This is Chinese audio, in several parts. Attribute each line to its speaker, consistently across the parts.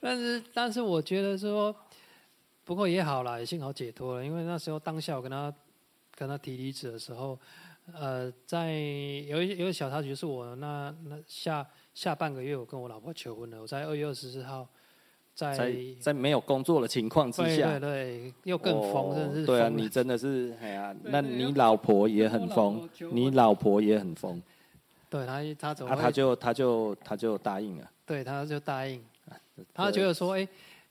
Speaker 1: 但是但是我觉得说，不过也好啦，也幸好解脱了，因为那时候当下我跟他跟他提离职的时候，呃，在有一有一个小插曲，就是我那那下下半个月我跟我老婆求婚了，我在二月二十四号在
Speaker 2: 在在没有工作的情况之
Speaker 1: 对
Speaker 2: 下
Speaker 1: 对，对，又更疯，真的是
Speaker 2: 哦对啊，
Speaker 1: 疯了
Speaker 2: 你真的是哎呀，
Speaker 1: 对
Speaker 2: 那
Speaker 1: 对
Speaker 2: 你
Speaker 1: 要
Speaker 2: 老婆也很
Speaker 1: 跟我老
Speaker 2: 疯
Speaker 1: 婆求，婚
Speaker 2: 你老婆也很疯，
Speaker 1: 对他他怎么
Speaker 2: 啊，
Speaker 1: 会
Speaker 2: 他就他就他就答应了，
Speaker 1: 对他就答应，他
Speaker 2: 啊对
Speaker 1: 觉得说，哎、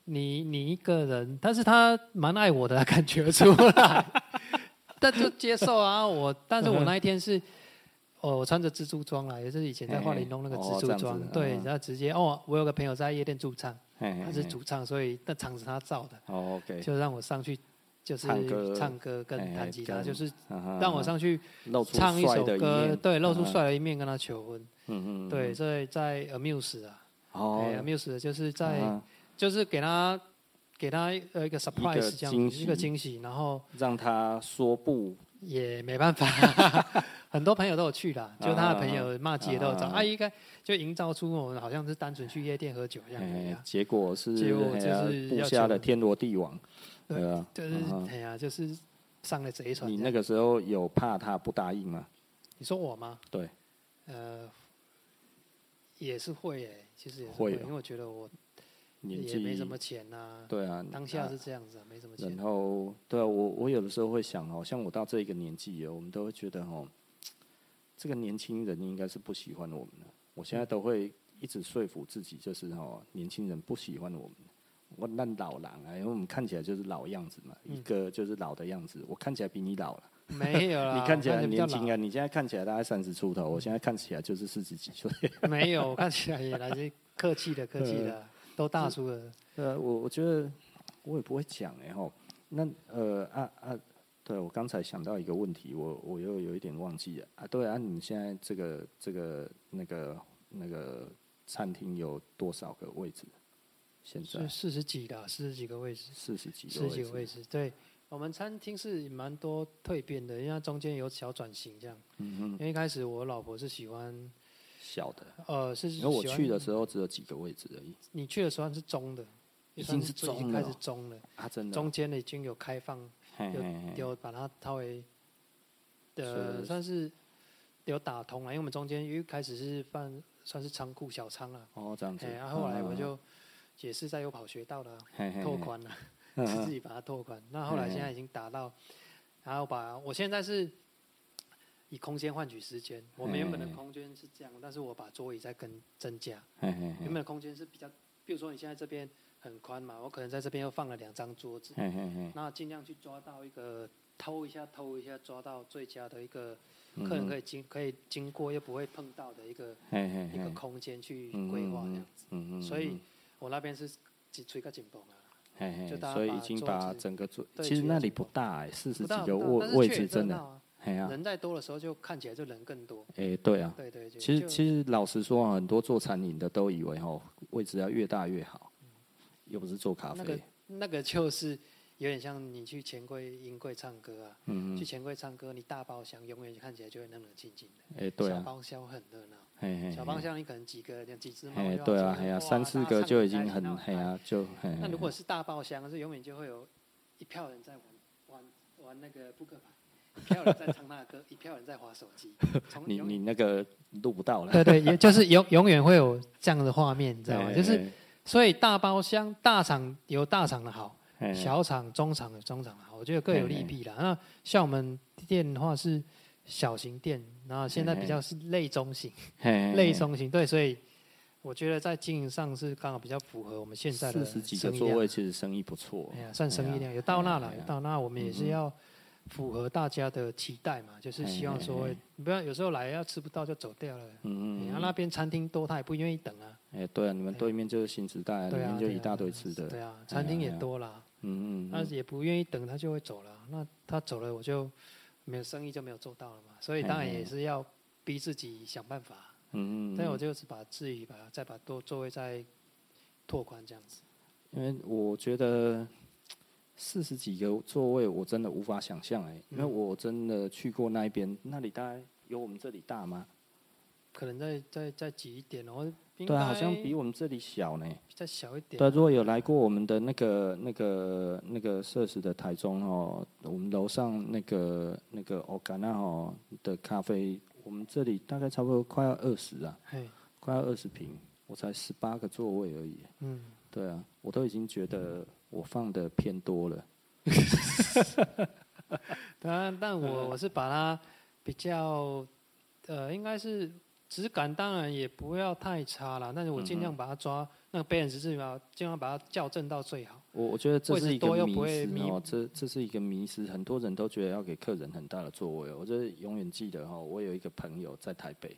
Speaker 1: 你你一个人，但是他蛮爱我的，他啊 感觉出来， 但就接受啊。我，但是我那一天是，哦，我穿着蜘蛛装来，也就是以前在
Speaker 2: 嘿
Speaker 1: 花莲弄那个
Speaker 2: 哦
Speaker 1: 蜘
Speaker 2: 这
Speaker 1: 蛛
Speaker 2: 样子
Speaker 1: 装，对，
Speaker 2: 嗯
Speaker 1: 然后直接哦，我有个朋友在夜店驻唱，
Speaker 2: 嘿嘿
Speaker 1: 他是
Speaker 2: 嘿
Speaker 1: 主唱，所以那场是他造的，
Speaker 2: 哦，OK，
Speaker 1: 就让我上去就是
Speaker 2: 唱歌
Speaker 1: 唱歌跟
Speaker 2: 嘿
Speaker 1: 弹吉他，
Speaker 2: 跟
Speaker 1: 就是
Speaker 2: 让
Speaker 1: 让我上去
Speaker 2: 啊露出
Speaker 1: 唱一
Speaker 2: 帅
Speaker 1: 首
Speaker 2: 的一
Speaker 1: 歌，
Speaker 2: 面，
Speaker 1: 对，露出
Speaker 2: 嗯
Speaker 1: 帅的一面跟他求婚，
Speaker 2: 嗯嗯，嗯
Speaker 1: 对，，所以在 Amuse 啊。
Speaker 2: 哦
Speaker 1: 哎，，Muse 就是在、
Speaker 2: 嗯
Speaker 1: 就是给他给他呃一个 surprise 这样
Speaker 2: 惊
Speaker 1: 子
Speaker 2: 喜
Speaker 1: 一个惊喜，然后
Speaker 2: 让他说不，
Speaker 1: 也没办 法，很多朋友都有去啦，就他的朋友骂街都有找，
Speaker 2: 啊
Speaker 1: 啊应该就营造出我们好像是单纯去夜店喝酒这样子
Speaker 2: 哎
Speaker 1: 呀，，
Speaker 2: 结果是
Speaker 1: 结果
Speaker 2: 哎
Speaker 1: 就
Speaker 2: 呀
Speaker 1: 是
Speaker 2: 布
Speaker 1: 要
Speaker 2: 下
Speaker 1: 求
Speaker 2: 了天罗地网，
Speaker 1: 对
Speaker 2: 对啊，
Speaker 1: 就是
Speaker 2: 啊
Speaker 1: 哎呀就是上了贼船
Speaker 2: 你
Speaker 1: 这
Speaker 2: 那
Speaker 1: 样。
Speaker 2: 个时候有怕他不答应吗？
Speaker 1: 你说我吗？
Speaker 2: 对，
Speaker 1: 呃，也是会诶、其实也是
Speaker 2: 会
Speaker 1: 会，
Speaker 2: 哦
Speaker 1: 因为我觉得我
Speaker 2: 年
Speaker 1: 也
Speaker 2: 纪
Speaker 1: 没什么钱呐、
Speaker 2: 对啊，
Speaker 1: 当下
Speaker 2: 啊
Speaker 1: 是这样子啊，没什么钱
Speaker 2: 然。后，对啊，我我有的时候会想哦，像我到这一个年纪哦，我们都会觉得哦，这个年轻人应该是不喜欢我们的。我
Speaker 1: 嗯
Speaker 2: 现在都会一直说服自己，就是哦，年轻人不喜欢我们。我那老狼啊，因为我们看起来就是老样子嘛，
Speaker 1: 嗯
Speaker 2: 一个就是老的样子。我看起来比你老了，
Speaker 1: 没有啦，
Speaker 2: 你
Speaker 1: 我
Speaker 2: 看起来
Speaker 1: 啊比
Speaker 2: 很
Speaker 1: 较
Speaker 2: 年
Speaker 1: 老
Speaker 2: 轻啊，你现在看起来大概三十出头，我现在看起来就是四十几岁。
Speaker 1: 没有，我看起来也来自客气的，客气的，都大叔了。
Speaker 2: 呃，我我觉得我也不会讲哎吼。那呃啊啊，对我刚才想到一个问题，我我又有一点忘记了啊。对啊，你们现在这个这个那个那个餐厅有多少个位置？现
Speaker 1: 是
Speaker 2: 在
Speaker 1: 四十几的，四十几个位置，
Speaker 2: 四十几
Speaker 1: 四十
Speaker 2: 个
Speaker 1: 几个位
Speaker 2: 位置。
Speaker 1: 置。对我们餐厅是蛮多蜕变的，因为它中间有小转型这样。
Speaker 2: 嗯哼，
Speaker 1: 因为一开始我老婆是喜欢，
Speaker 2: 小的。
Speaker 1: 呃，是喜
Speaker 2: 因为我去的
Speaker 1: 欢
Speaker 2: 时候只有几个位置而已
Speaker 1: 你去的时候是中的，
Speaker 2: 已
Speaker 1: 算
Speaker 2: 经是
Speaker 1: 最已
Speaker 2: 中
Speaker 1: 开
Speaker 2: 了
Speaker 1: 始
Speaker 2: 哦
Speaker 1: 中了，
Speaker 2: 啊，真的哦。
Speaker 1: 中间的已经有开放，
Speaker 2: 嘿嘿嘿
Speaker 1: 有把它稍微，
Speaker 2: 是
Speaker 1: 呃，
Speaker 2: 哎是
Speaker 1: 算是有打通了，因为我们中间一开始是放算是仓库小仓啦。
Speaker 2: 哦，这样子。
Speaker 1: 哎，然后后来我
Speaker 2: 嗯
Speaker 1: 就也是在又跑学道了，
Speaker 2: 嘿嘿
Speaker 1: 拓
Speaker 2: 嘿
Speaker 1: 宽了，
Speaker 2: 嗯
Speaker 1: 自己把它拓宽。那后来现在已经达到，然后把我现在是以空间换取时间。我们原本的
Speaker 2: 嘿嘿
Speaker 1: 空间是这样，但是我把桌椅再跟增加。
Speaker 2: 嘿嘿嘿
Speaker 1: 原本的空间是比较，比如说你现在这边很宽嘛，我可能在这边又放了两张桌子，
Speaker 2: 嘿嘿嘿，
Speaker 1: 那尽量去抓到一个偷一下偷一下抓到最佳的一个
Speaker 2: 嗯
Speaker 1: 客人
Speaker 2: 哼
Speaker 1: 可以经可以经过又不会碰到的一个
Speaker 2: 嗯嘿嘿
Speaker 1: 一个
Speaker 2: 嘿，
Speaker 1: 空间去
Speaker 2: 哎嗯
Speaker 1: 规
Speaker 2: 嗯
Speaker 1: 划这
Speaker 2: 嗯
Speaker 1: 样。
Speaker 2: 嗯哼
Speaker 1: 所以我那边是紧吹个紧绷啊，
Speaker 2: 嘿嘿
Speaker 1: 就大家
Speaker 2: 所以
Speaker 1: 把
Speaker 2: 已经
Speaker 1: 桌
Speaker 2: 把
Speaker 1: 子
Speaker 2: 整个桌，
Speaker 1: 对
Speaker 2: 其实
Speaker 1: 取得
Speaker 2: 那里
Speaker 1: 进
Speaker 2: 不
Speaker 1: 步
Speaker 2: 大哎、四十
Speaker 1: 不
Speaker 2: 几
Speaker 1: 大
Speaker 2: 个
Speaker 1: 不大
Speaker 2: 位
Speaker 1: 但是
Speaker 2: 位
Speaker 1: 却
Speaker 2: 置
Speaker 1: 热
Speaker 2: 真
Speaker 1: 闹
Speaker 2: 的，
Speaker 1: 啊，
Speaker 2: 哎呀、
Speaker 1: 人再多的时候就看起来就人更多。
Speaker 2: 哎、对啊。
Speaker 1: 对对对，
Speaker 2: 其实
Speaker 1: 就
Speaker 2: 其实老实说啊，很多做餐饮的都以为哦，位置要越大越好，又不是做咖
Speaker 1: 那
Speaker 2: 啡
Speaker 1: 个，那个就是有点像你去钱柜、银柜唱歌啊，
Speaker 2: 嗯
Speaker 1: 去
Speaker 2: 嗯，
Speaker 1: 钱柜唱歌，你大包厢永远看起来就会冷冷清清的，
Speaker 2: 哎、对
Speaker 1: 小
Speaker 2: 啊，
Speaker 1: 包厢很热闹，
Speaker 2: 嘿嘿，
Speaker 1: 小
Speaker 2: 嘿
Speaker 1: 包厢你可能几个两几只猫
Speaker 2: 嘿，
Speaker 1: 就
Speaker 2: 对
Speaker 1: 要
Speaker 2: 啊，
Speaker 1: 进
Speaker 2: 嘿
Speaker 1: 来
Speaker 2: 啊，
Speaker 1: 哇
Speaker 2: 三
Speaker 1: 大
Speaker 2: 四
Speaker 1: 家
Speaker 2: 个
Speaker 1: 唱
Speaker 2: 就
Speaker 1: 得
Speaker 2: 已经
Speaker 1: 开心
Speaker 2: 很，嘿，啊，就嘿
Speaker 1: 那
Speaker 2: 嘿
Speaker 1: 如
Speaker 2: 嘿
Speaker 1: 果是大包厢，是永远就会有一票人在玩玩玩那个扑克牌，一票人在唱那个歌，一票人在划手机，从
Speaker 2: 你
Speaker 1: 永
Speaker 2: 你那个录不到了，
Speaker 1: 对对，也就是永永远会有这样的画 面，你知道吗？
Speaker 2: 嘿
Speaker 1: 就是所以大包厢、大厂有大厂的好，
Speaker 2: 嘿嘿
Speaker 1: 小厂、中厂有中厂的好，我觉得各有
Speaker 2: 哎
Speaker 1: 利弊啦。那像我们店的话是小型店，然后现在
Speaker 2: 哎
Speaker 1: 比较是类中型，
Speaker 2: 嘿
Speaker 1: 类中型对，所以我觉得在经营上是刚好比较符合我们现在的
Speaker 2: 四十几个
Speaker 1: 生意啊
Speaker 2: 座
Speaker 1: 量
Speaker 2: 位，其实生意不错
Speaker 1: 哎，呀，算生意
Speaker 2: 哎呀
Speaker 1: 量有到那
Speaker 2: 哎
Speaker 1: 了
Speaker 2: 呀，嗯
Speaker 1: 有到那我们也是要符合大家的期待嘛，就是希望说
Speaker 2: 哎哎哎
Speaker 1: 你不要有时候来要吃不到就走掉了，
Speaker 2: 嗯嗯
Speaker 1: 然
Speaker 2: 嗯
Speaker 1: 后，那边餐厅多他也不愿意等啊，
Speaker 2: 哎、对啊，你们对面就是新时代、里
Speaker 1: 对啊，
Speaker 2: 哎面就
Speaker 1: 对
Speaker 2: 一
Speaker 1: 啊
Speaker 2: 大堆吃的，哎
Speaker 1: 对啊，餐厅也多啦，
Speaker 2: 嗯嗯
Speaker 1: 他
Speaker 2: 嗯，
Speaker 1: 也不愿意等，他就会走了。那他走了，我就没有生意，就没有做到了嘛。所以当然
Speaker 2: 哎
Speaker 1: 也是要逼自己想办法。
Speaker 2: 嗯嗯，
Speaker 1: 但我就是把自己把再把多座位再拓宽这样子。
Speaker 2: 因为我觉得四十几个座位我真的无法欸
Speaker 1: 嗯
Speaker 2: 想象哎、因为我真的去过那一边，那里大概有我们这里大吗？
Speaker 1: 可能再再再挤一点哦，应
Speaker 2: 对啊，好像
Speaker 1: 该
Speaker 2: 比我们这里小呢。
Speaker 1: 再小一点
Speaker 2: 对，
Speaker 1: 啊。
Speaker 2: 如果有来过我们的那个、那个、那个设施的台中哦，我们楼上那个、那个欧甘纳哦的咖啡，我们这里大概差不多快要二十啊，
Speaker 1: 嘿，
Speaker 2: 快要二十平，我才十八个座位而已。
Speaker 1: 嗯，
Speaker 2: 对啊，我都已经觉得我放的偏多了。
Speaker 1: 当然，但
Speaker 2: 呃
Speaker 1: 我我是把它比较，呃，应该是质感当然也不要太差了，但是我尽量把它
Speaker 2: 嗯
Speaker 1: 抓那个 balance 是吧？尽量把它校正到最好。
Speaker 2: 我我觉得这
Speaker 1: 位置
Speaker 2: 是一个
Speaker 1: 多又
Speaker 2: 迷
Speaker 1: 不会
Speaker 2: 失
Speaker 1: 迷
Speaker 2: 哦，这这是一个迷失，很多人都觉得要给客人很大的座位哦。我就是永远记得哈、哦，我有一个朋友在台北，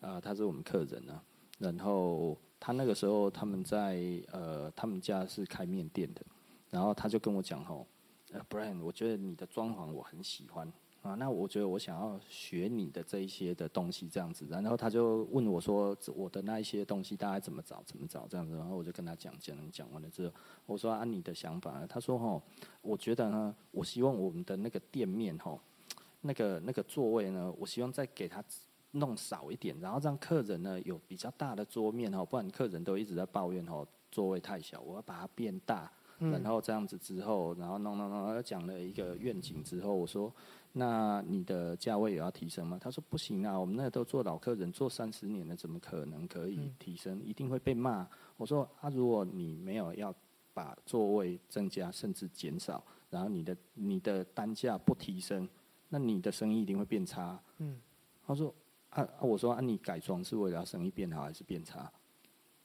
Speaker 2: 啊、他是我们客人啊，然后他那个时候他们在呃他们家是开面店的，然后他就跟我讲吼、呃，Brian，我觉得你的装潢我很喜欢啊，那我觉得我想要学你的这一些的东西这样子，然后他就问我说我的那一些东西大概怎么找怎么找这样子，然后我就跟他讲讲讲完了之后。我说按、你的想法呢，他说哈，我觉得呢，我希望我们的那个店面哈，那个那个座位呢，我希望再给他弄少一点，然后让客人呢有比较大的桌面哦哈，不然客人都一直在抱怨哈座位太小，我要把它变大，然后这样子之后，然后弄弄弄，他讲了一个愿景之后，我说。那你的价位也要提升吗？他说不行啊，我们那都做老客人，做三十年了，怎么可能可以提升？一定会被骂。我说啊，如果你没有要把座位增加甚至减少，然后你的你的单价不提升，那你的生意一定会变差。
Speaker 1: 嗯，
Speaker 2: 他说啊啊，我说啊，你改装是为了要生意变好还是变差？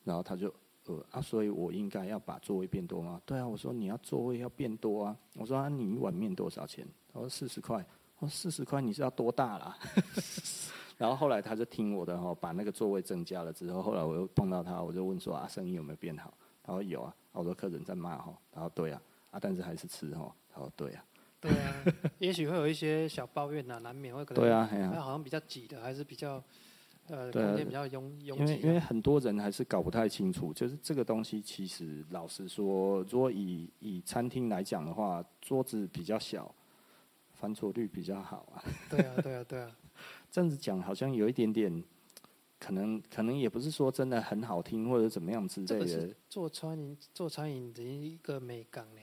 Speaker 2: 然后他就呃啊，所以我应该要把座位变多吗？对啊，我说你要座位要变多啊。我说啊，你一碗面多少钱？他说四十块。我说四十块你是要多大啦？ 然后后来他就听我的哈、把那个座位增加了之后，后来我又碰到他，我就问说啊，生意有没有变好？他说有啊，啊我说客人在骂哈，他说对啊，啊但是还是吃哈，他说对啊，
Speaker 1: 对啊，也许会有一些小抱怨呐、难免会可能
Speaker 2: 对啊，哎呀、
Speaker 1: 那好像比较挤的，还是比较呃
Speaker 2: 对啊
Speaker 1: 空间比较拥拥
Speaker 2: 因为
Speaker 1: 挤
Speaker 2: 因为
Speaker 1: 啊。
Speaker 2: 很多人还是搞不太清楚，就是这个东西其实老实说，如果以以餐厅来讲的话，桌子比较小，翻桌率比较好啊。
Speaker 1: 对啊，对啊，对 啊，
Speaker 2: 这样子讲好像有一点点，可能可能也不是说真的很好听或者怎么样之
Speaker 1: 这
Speaker 2: 类
Speaker 1: 个
Speaker 2: 的
Speaker 1: 是。做餐饮做餐饮的一个美感呢。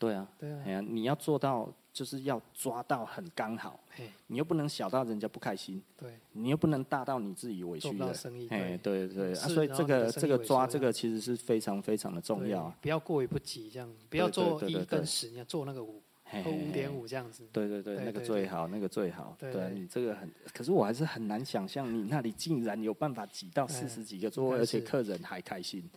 Speaker 2: 对啊，
Speaker 1: 对啊
Speaker 2: 哎，呀、你要做到就是要抓到很刚好，
Speaker 1: 嘿，
Speaker 2: 你又不能小到人家不开心，
Speaker 1: 对，
Speaker 2: 你又不能大到你自己委
Speaker 1: 做
Speaker 2: 屈
Speaker 1: 不到
Speaker 2: 了。
Speaker 1: 生意，
Speaker 2: 哎，
Speaker 1: 对，
Speaker 2: 对对啊，
Speaker 1: 是
Speaker 2: 所以
Speaker 1: 然
Speaker 2: 这
Speaker 1: 后你的
Speaker 2: 个
Speaker 1: 生
Speaker 2: 这
Speaker 1: 意
Speaker 2: 个
Speaker 1: 萎
Speaker 2: 抓
Speaker 1: 缩
Speaker 2: 这个其实是非常非常的重
Speaker 1: 对
Speaker 2: 要啊。
Speaker 1: 不要过于不及，这样不
Speaker 2: 对
Speaker 1: 要
Speaker 2: 对
Speaker 1: 做
Speaker 2: 对对哎
Speaker 1: 一
Speaker 2: 对
Speaker 1: 跟十，你要做那个五
Speaker 2: 嘿
Speaker 1: 或五点
Speaker 2: 嘿嘿
Speaker 1: 五这样子。
Speaker 2: 对对对，
Speaker 1: 对
Speaker 2: 那个
Speaker 1: 对
Speaker 2: 最
Speaker 1: 对
Speaker 2: 好，那个最好。
Speaker 1: 对
Speaker 2: 对啊
Speaker 1: 对
Speaker 2: 你这个很，可是我还是很难想象你那里竟然有办法挤到
Speaker 1: 哎
Speaker 2: 四十几个座位，
Speaker 1: 应该
Speaker 2: 而且
Speaker 1: 是
Speaker 2: 客人还开心。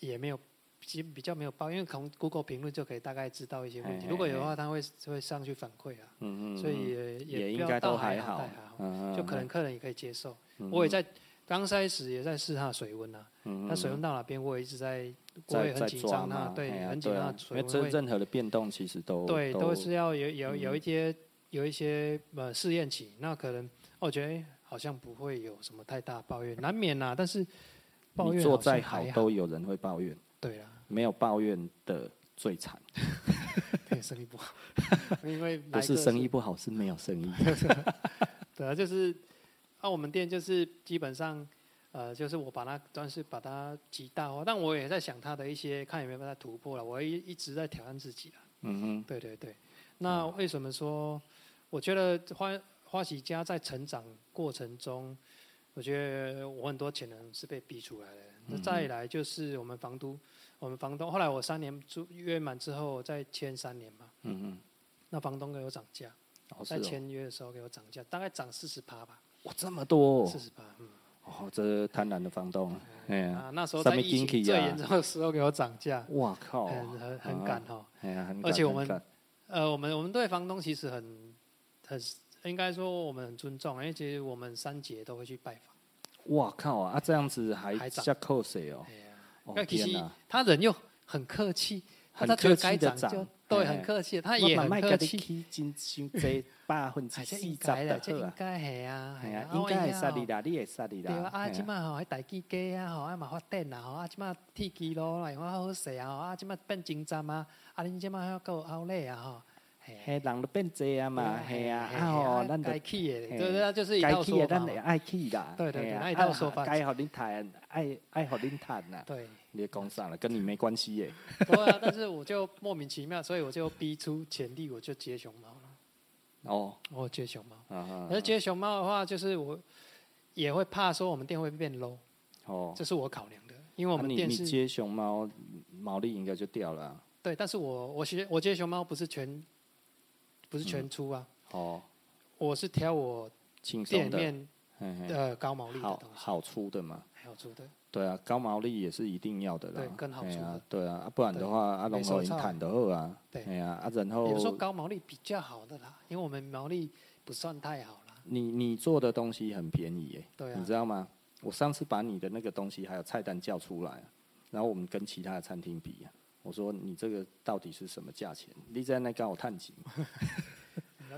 Speaker 1: 也没有，其实比较没有抱怨，因为从 Google 评论就可以大概知道一些问题。
Speaker 2: 嘿
Speaker 1: 如果有的
Speaker 2: 嘿
Speaker 1: 话，他会会上去反馈啊，
Speaker 2: 哎嗯嗯，
Speaker 1: 所以
Speaker 2: 嗯
Speaker 1: 也不
Speaker 2: 也应
Speaker 1: 要
Speaker 2: 该
Speaker 1: 到
Speaker 2: 都
Speaker 1: 还
Speaker 2: 还好
Speaker 1: 太好。
Speaker 2: 嗯，
Speaker 1: 就可能客人也可以接受。我也在刚开始也在试他的水温啊，他水温到哪边，我也一直在，我
Speaker 2: 嗯在
Speaker 1: 也
Speaker 2: 在
Speaker 1: 很紧
Speaker 2: 抓
Speaker 1: 张
Speaker 2: 嘛
Speaker 1: 他，，
Speaker 2: 哎
Speaker 1: 对，
Speaker 2: 呀
Speaker 1: 很紧
Speaker 2: 对
Speaker 1: 张
Speaker 2: 啊
Speaker 1: 他
Speaker 2: 因
Speaker 1: 水
Speaker 2: 为这
Speaker 1: 温会，
Speaker 2: 任何的变动其实都
Speaker 1: 对，
Speaker 2: 都嗯
Speaker 1: 都是要有有有一些有一些呃试验期，那可能我觉得哎好像不会有什么太大抱怨，难免啦，但是抱
Speaker 2: 你
Speaker 1: 怨
Speaker 2: 做
Speaker 1: 好像
Speaker 2: 再好
Speaker 1: 还好，
Speaker 2: 都有人会抱怨，
Speaker 1: 对啦，
Speaker 2: 没有抱怨的最惨，
Speaker 1: 对生意不 好，因为
Speaker 2: 不
Speaker 1: 来
Speaker 2: 是
Speaker 1: 个
Speaker 2: 生意不好，是没有 生意。
Speaker 1: 对啊，就是啊，我们店就是基本上，呃，就是我把它专是把它极大化，但我也在想它的一些看有没有办法突破了，我一一直在挑战自己啊。
Speaker 2: 嗯哼，
Speaker 1: 对对对，那为什么说？我觉得花花喜家在成长过程中，我觉得我很多潜能是被逼出来的。
Speaker 2: 嗯
Speaker 1: 那再来就是我们房东，我们房东后来我三年租约满之后，我再签三年嘛，
Speaker 2: 嗯哼，
Speaker 1: 那房东给我涨价，
Speaker 2: 哦是
Speaker 1: 在
Speaker 2: 哦，
Speaker 1: 签约的时候给我涨价，大概涨四十趴吧。
Speaker 2: 哇这么多哦
Speaker 1: 四，十八，嗯，
Speaker 2: 哦这是贪婪的房东，哎呀，
Speaker 1: 啊，那时候
Speaker 2: 上
Speaker 1: 在
Speaker 2: 面
Speaker 1: 疫情最
Speaker 2: 经济啊
Speaker 1: 严重的时候给我涨价，
Speaker 2: 哇靠，
Speaker 1: 很很很
Speaker 2: 啊
Speaker 1: 赶哈。
Speaker 2: 哎呀，很
Speaker 1: 而且
Speaker 2: 感
Speaker 1: 我
Speaker 2: 很
Speaker 1: 们
Speaker 2: 感
Speaker 1: 呃，我们我们对房东其实很很应该说我们很尊重，因为其实我们三节都会去拜访。
Speaker 2: 哇靠啊，啊这样子还
Speaker 1: 还涨
Speaker 2: 下扣谁哦？
Speaker 1: 哎呀，
Speaker 2: 哦
Speaker 1: 那其
Speaker 2: 天
Speaker 1: 实
Speaker 2: 哪，
Speaker 1: 他人又很客气，
Speaker 2: 很
Speaker 1: 他觉得
Speaker 2: 客气
Speaker 1: 该
Speaker 2: 地
Speaker 1: 涨就
Speaker 2: 涨
Speaker 1: 对，
Speaker 2: 嘿
Speaker 1: 很客气，他
Speaker 2: 我
Speaker 1: 也
Speaker 2: 嘛
Speaker 1: 很
Speaker 2: 莫
Speaker 1: 客
Speaker 2: 甲你
Speaker 1: 气。
Speaker 2: 起真伤这百分之
Speaker 1: 哎，这
Speaker 2: 四
Speaker 1: 应
Speaker 2: 十
Speaker 1: 该的，这
Speaker 2: 就好
Speaker 1: 应
Speaker 2: 啊。
Speaker 1: 该系啊，
Speaker 2: 哎
Speaker 1: 嘿
Speaker 2: 呀
Speaker 1: 啊，
Speaker 2: 应该会
Speaker 1: 啊
Speaker 2: 杀
Speaker 1: 我
Speaker 2: 你
Speaker 1: 以后
Speaker 2: 啦，你会杀你啦。哎
Speaker 1: 对啊，啊，
Speaker 2: 嘿
Speaker 1: 即摆吼，迄大机鸡啊，吼，啊嘛发展啊，吼，啊，即摆铁啊机咯，来看好势啊，吼，啊，即摆变精湛啊，啊，恁即摆还要有奥莱啊，吼，嘿啊
Speaker 2: 嘿，人都变济啊嘛，嘿啊，啊吼，咱就
Speaker 1: 该去的，
Speaker 2: 嘿
Speaker 1: 对不对？它就是一
Speaker 2: 该
Speaker 1: 套
Speaker 2: 去的
Speaker 1: 说法
Speaker 2: 咱就
Speaker 1: 嘛。
Speaker 2: 爱去啦，
Speaker 1: 对对对
Speaker 2: 嘿啊
Speaker 1: 那一套说法
Speaker 2: 啊该互恁谈，爱爱互恁谈 啦。
Speaker 1: 对，
Speaker 2: 你在讲啥了？跟你没关系耶。
Speaker 1: 对啊，但是我就莫名其妙，所以我就逼出潜力，我就接熊猫了，
Speaker 2: 哦，
Speaker 1: 我接熊猫。
Speaker 2: 啊哈
Speaker 1: 而接熊猫的话，就是我也会怕说我们店会变 low，
Speaker 2: 哦，
Speaker 1: 这是我考量的，因为我
Speaker 2: 啊
Speaker 1: 们
Speaker 2: 你
Speaker 1: 店
Speaker 2: 你
Speaker 1: 是
Speaker 2: 接熊猫，毛利应该就掉了啊。
Speaker 1: 对，但是我我学我接熊猫不是全不是全出啊，
Speaker 2: 哦，
Speaker 1: 我是挑我
Speaker 2: 轻松
Speaker 1: 店
Speaker 2: 的，
Speaker 1: 面
Speaker 2: 嘿嘿
Speaker 1: 呃高毛利的
Speaker 2: 好
Speaker 1: 东西，
Speaker 2: 好出的嘛。
Speaker 1: 还有出的，
Speaker 2: 对啊，高毛利也是一定要的啦。
Speaker 1: 对更好
Speaker 2: 嘿
Speaker 1: 出
Speaker 2: 啊
Speaker 1: 的，
Speaker 2: 对啊，啊不然的话，啊，龙
Speaker 1: 没收
Speaker 2: 头已经
Speaker 1: 差
Speaker 2: 谈的好啊。
Speaker 1: 对
Speaker 2: 哎呀，啊，然后
Speaker 1: 也不是说高毛利比较好的啦，因为我们毛利不算太好啦，
Speaker 2: 你你做的东西很便宜耶，
Speaker 1: 对
Speaker 2: 你
Speaker 1: 啊
Speaker 2: 知，道吗？我上次把你的那个东西还有菜单叫出来，啊然后我们跟其他的餐厅比啊，我说你这个到底是什么价钱？你在那跟我探几？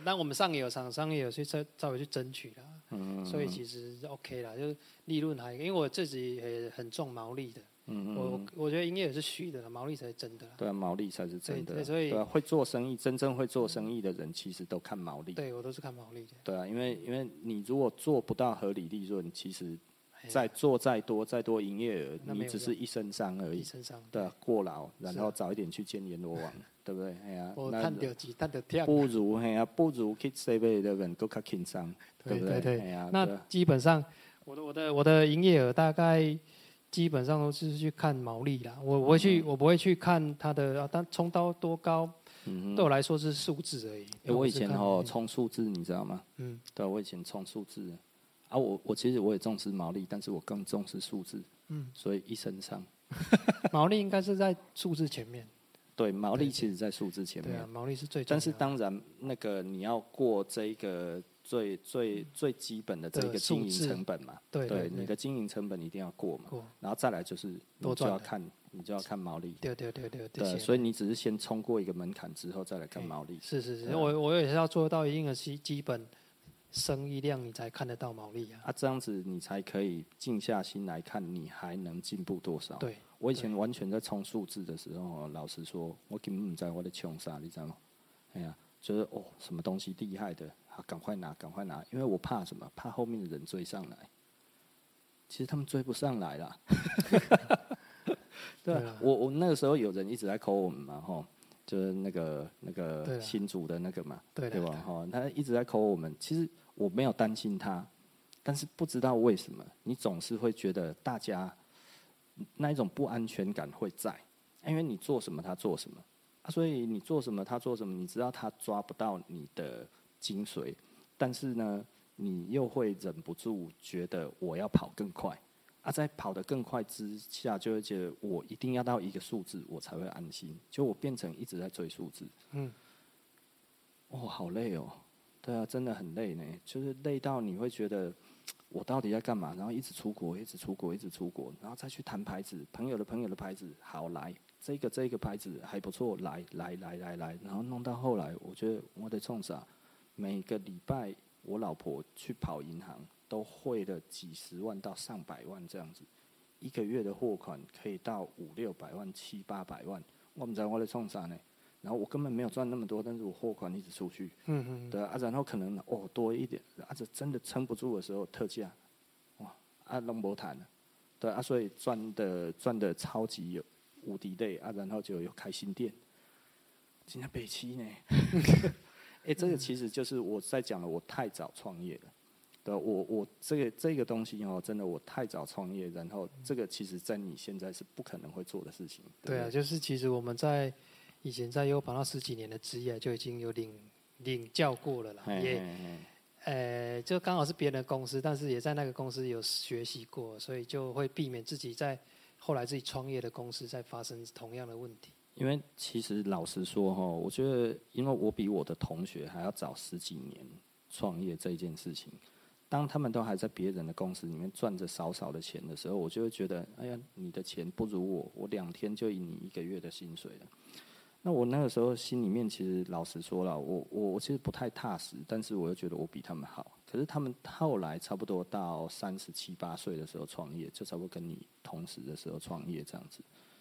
Speaker 1: 但我们上游厂商也有去稍稍微去争取啦，
Speaker 2: 嗯
Speaker 1: 所以其实是 OK 啦，就是利润还，因为我自己也很重毛利的，
Speaker 2: 嗯
Speaker 1: 我我觉得营业也是虚的啦，毛利才是真的啦，
Speaker 2: 对啊，毛利才是真的啊。
Speaker 1: 对所以
Speaker 2: 对啊，会做生意，真正会做生意的人其实都看毛利。
Speaker 1: 对我都是看毛利的，
Speaker 2: 对啊，因为因为你如果做不到合理利润，其实
Speaker 1: 嘿
Speaker 2: 再做再多再多营业额，
Speaker 1: 哎那没
Speaker 2: 你
Speaker 1: 有
Speaker 2: 只是一身伤而
Speaker 1: 你
Speaker 2: 已。
Speaker 1: 身上，
Speaker 2: 对啊，过劳，然
Speaker 1: 是啊
Speaker 2: 后早一点去见阎 罗王，对不对？哎呀，
Speaker 1: 我
Speaker 2: 那
Speaker 1: 探掉几探掉跳。
Speaker 2: 不如嘿啊，不如去 Seven Eleven 更加轻松，
Speaker 1: 对
Speaker 2: 不
Speaker 1: 对对
Speaker 2: 哎呀，
Speaker 1: 那
Speaker 2: 对啊
Speaker 1: 基本上，我的我的我的营业额大概基本上都是去看毛利啦。我我会去、我不会去看它的，啊它冲到多高，
Speaker 2: 嗯
Speaker 1: 对我来说是数字而已。
Speaker 2: 哼，我以前哦
Speaker 1: 不是看毛利，哎
Speaker 2: 冲数字，你知道吗？
Speaker 1: 嗯，
Speaker 2: 对啊，我以前冲数字啊，我我其实我也重视毛利，但是我更重视数字，
Speaker 1: 嗯，
Speaker 2: 所以一身伤。
Speaker 1: 毛利应该是在数字前面，
Speaker 2: 对，毛
Speaker 1: 对
Speaker 2: 利
Speaker 1: 对
Speaker 2: 其实在数字前
Speaker 1: 对啊，
Speaker 2: 面，
Speaker 1: 毛利是最重要
Speaker 2: 但
Speaker 1: 的。
Speaker 2: 是当然那个你要过这一个最最最基本的这
Speaker 1: 的
Speaker 2: 个
Speaker 1: 数
Speaker 2: 经营
Speaker 1: 字
Speaker 2: 成本嘛，
Speaker 1: 对对
Speaker 2: 你
Speaker 1: 对
Speaker 2: 的经营成本一定要过嘛，
Speaker 1: 过，
Speaker 2: 然后再来就是你
Speaker 1: 多
Speaker 2: 就
Speaker 1: 赚
Speaker 2: 要
Speaker 1: 的
Speaker 2: 看你就要看毛利。
Speaker 1: 对对对对，这
Speaker 2: 对，
Speaker 1: 些
Speaker 2: 所以你只是先冲过一个门槛之后，再来看
Speaker 1: 嘿
Speaker 2: 毛利。
Speaker 1: 是是是，
Speaker 2: 对啊
Speaker 1: 我我也是要做到一定的基基本生意量，你才看得到毛利啊。
Speaker 2: 啊，这样子你才可以静下心来看，你还能进步多少？，
Speaker 1: 对，
Speaker 2: 我以前完全在冲数字的时候，老实说，我根本不知道我在冲啥，你知道吗？哎呀，就是哦，什么东西厉害的，啊，赶快拿，赶快拿，因为我怕什么？怕后面的人追上来。其实他们追不上来啦。 对
Speaker 1: 对
Speaker 2: 啊
Speaker 1: 啊，
Speaker 2: 我我那个时候有人一直在 call 我们嘛，吼，就是那个那
Speaker 1: 对
Speaker 2: 个
Speaker 1: 啊
Speaker 2: 新竹的那个嘛，
Speaker 1: 对
Speaker 2: 对
Speaker 1: 的，
Speaker 2: 吧？哈、他一直在扣我们。其实我没有担心他，但是不知道为什么，你总是会觉得大家那一种不安全感会在，因为你做什么他做什么，啊、所以你做什么他做什么，你知道他抓不到你的精髓，但是呢，你又会忍不住觉得我要跑更快。啊，在跑得更快之下，就会觉得我一定要到一个数字，我才会安心。就我变成一直在追数字，
Speaker 1: 嗯，
Speaker 2: 哦，好累哦，对啊，真的很累呢，就是累到你会觉得我到底在干嘛，然后一直出国，一直出国，一直出国，然后再去谈牌子，朋友的朋友的牌子，好来，这个这个牌子还不错，来来来来来，然后弄到后来，我觉得我得冲啥，每个礼拜我老婆去跑银行，都汇了几十万到上百万这样子，一个月的货款可以到五六百万、七八百万，我们在我在冲啥呢？然后我根本没有赚那么多，但是我货款一直出去，
Speaker 1: 嗯嗯，
Speaker 2: 对啊，啊然后可能哦多一点，啊，这真的撑不住的时候特价，哇，啊，龙博谈了，对啊，所以赚的赚的超级有无敌累啊，然后就有开新店，今天北七呢， 哎、这
Speaker 1: 嗯
Speaker 2: 个其实就是我在讲了，我太早创业了。对啊，我我这个这个东西哦，真的我太早创业，然后这个其实在你现在是不可能会做的事情。
Speaker 1: 对
Speaker 2: 不
Speaker 1: 啊，就是其实我们在以前在优跑那十几年的职业就已经有领领教过了啦，
Speaker 2: 嘿
Speaker 1: 也
Speaker 2: 嘿嘿
Speaker 1: 呃就刚好是别人的公司，但是也在那个公司有学习过，所以就会避免自己在后来自己创业的公司再发生同样的问题。
Speaker 2: 因为其实老实说哈，我觉得因为我比我的同学还要早十几年创业这件事情，当他们都还在别人的公司里面赚着少少的钱的时候，我就会觉得，哎呀，你的钱不如我，我两天就赢你一个月的薪水了。那我那个时候心里面其实老实说了，我我我其实不太踏实，但是我又觉得我比他们好。可是他们后来差不多到三十七八岁的时候创业，就差不多跟你同时的时候创业这样子。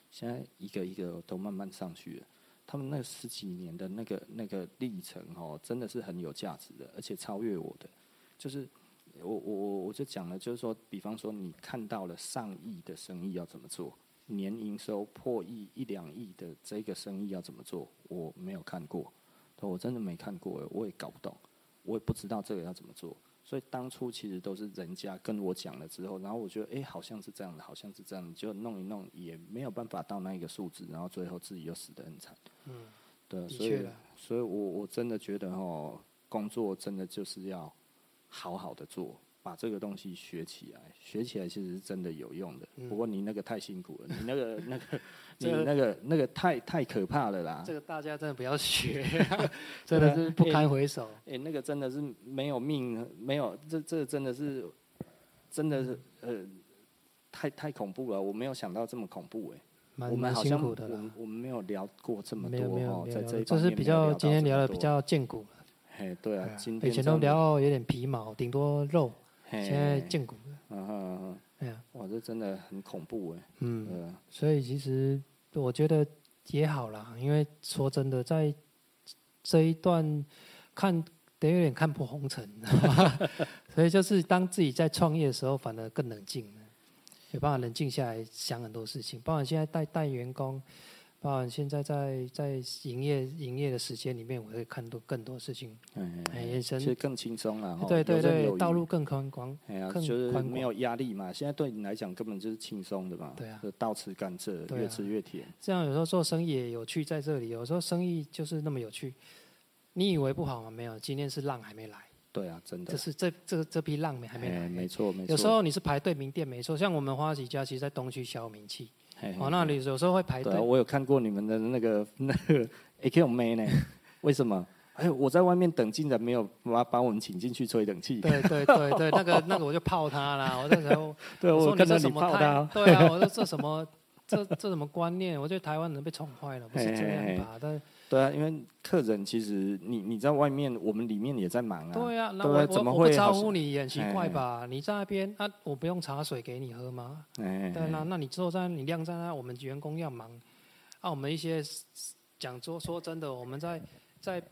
Speaker 2: 现在一个一个都慢慢上去了。他们那十几年的那个那个历程哦，真的是很有价值的，而且超越我的。就是我我我我就讲了，就是说，比方说你看到了上亿的生意要怎么做，年营收破亿一两亿的这个生意要怎么做，我没有看过，我真的没看过，我也搞不懂，我也不知道这个要怎么做。所以当初其实都是人家跟我讲了之后，然后我觉得哎、诶好像是这样的，好像是这样的，就弄一弄也没有办法到那一个数字，然后最后自己又死得很惨。
Speaker 1: 嗯，
Speaker 2: 对，
Speaker 1: 的
Speaker 2: 所
Speaker 1: 确
Speaker 2: 以
Speaker 1: 啦，
Speaker 2: 所以我我真的觉得哦，工作真的就是要好好的做，把这个东西学起来，学起来其实是真的有用的。不过你那个太辛苦了，你那个 那个你
Speaker 1: 嗯这个
Speaker 2: 那个那个太太可怕了啦
Speaker 1: 这。个大家真的不要 学，真的是不堪回首。
Speaker 2: 哎、那个真的是没有命，没有这这真的是真的是呃，太太恐怖了，我没有想到这么恐怖哎、
Speaker 1: 蛮
Speaker 2: 我们
Speaker 1: 啊蛮
Speaker 2: 好
Speaker 1: 辛
Speaker 2: 像
Speaker 1: 苦的
Speaker 2: 我
Speaker 1: 啦
Speaker 2: 们，我们没有聊过这么
Speaker 1: 没
Speaker 2: 多
Speaker 1: 有没有
Speaker 2: 哦，
Speaker 1: 没有
Speaker 2: 在
Speaker 1: 聊
Speaker 2: 这
Speaker 1: 的，
Speaker 2: 一
Speaker 1: 这
Speaker 2: 方
Speaker 1: 是
Speaker 2: 面
Speaker 1: 比
Speaker 2: 没有
Speaker 1: 较
Speaker 2: 到
Speaker 1: 今天
Speaker 2: 这么
Speaker 1: 聊的比
Speaker 2: 多
Speaker 1: 较见骨，
Speaker 2: 嘿，对啊
Speaker 1: 对，啊
Speaker 2: 今
Speaker 1: 以
Speaker 2: 天
Speaker 1: 前都
Speaker 2: 真的
Speaker 1: 聊有点皮毛，顶多肉，
Speaker 2: 嘿
Speaker 1: 现在见骨，
Speaker 2: 嗯哼嗯
Speaker 1: 哎呀，
Speaker 2: 哼，哇，这真的很恐怖哎，
Speaker 1: 嗯。
Speaker 2: 对啊
Speaker 1: 所以其实我觉得也好啦，因为说真的，在这一段看得有点看破红尘， 所以就是当自己在创业的时候，反而更冷静了，有办法冷静下来想很多事情，包含现在带带员工。包含现在在在营业营业的时间里面，我会看多更多事情，
Speaker 2: 哎
Speaker 1: 哎，延
Speaker 2: 其
Speaker 1: 伸，
Speaker 2: 实更轻松了，吼
Speaker 1: 对对
Speaker 2: 游刃哦有
Speaker 1: 对，
Speaker 2: 余
Speaker 1: 道路更宽广，
Speaker 2: 哎呀，
Speaker 1: 更
Speaker 2: 就是
Speaker 1: 宽
Speaker 2: 没
Speaker 1: 广
Speaker 2: 有压力嘛，现在对你来讲根本就是轻松的嘛，
Speaker 1: 对啊
Speaker 2: 就到吃甘蔗，
Speaker 1: 对啊
Speaker 2: 越吃越甜，
Speaker 1: 这样有时候做生意也有趣在这里，有时候生意就是那么有趣。你以为不好吗？没有，今天是浪还没来，
Speaker 2: 对啊，真的
Speaker 1: 这，是这这这批浪还没
Speaker 2: 哎
Speaker 1: 来。
Speaker 2: 没错没错，
Speaker 1: 有时候你是排队名店没错，像我们花旗家其实在东区消名气，
Speaker 2: 嘿，
Speaker 1: 哦，
Speaker 2: 嘿
Speaker 1: 那里有时候会排
Speaker 2: 哎对
Speaker 1: 队
Speaker 2: 啊，，我有看过你们的那个 那个哎 AQ 妹 呢，为什么？哎，我在外面等，竟然没有把把我们请进去吹冷气，
Speaker 1: 对对对对，那个那个我就泡他啦，我 那时候
Speaker 2: 对啊我
Speaker 1: 说你
Speaker 2: 看
Speaker 1: 这
Speaker 2: 到你
Speaker 1: 什么
Speaker 2: 泡
Speaker 1: 态
Speaker 2: 他，？
Speaker 1: 对啊，我说这什么这这什么观念？我觉得台湾人被宠坏了，不是这
Speaker 2: 嘿嘿
Speaker 1: 样
Speaker 2: 嘿
Speaker 1: 吧？但
Speaker 2: 对啊，因为客人其实你你在外面，我们里面也在忙啊。
Speaker 1: 对啊，那
Speaker 2: 对
Speaker 1: 我
Speaker 2: 啊怎么
Speaker 1: 我我不
Speaker 2: 会
Speaker 1: 招
Speaker 2: 好像哎
Speaker 1: 呼你也很奇怪
Speaker 2: 嘿嘿
Speaker 1: 吧？你在那边啊，我不用茶水给你喝吗？
Speaker 2: 哎，
Speaker 1: 对啊那那你坐在你晾在那，我们员工要忙，啊，我们一些 s- s- 讲桌，说真的，我们在在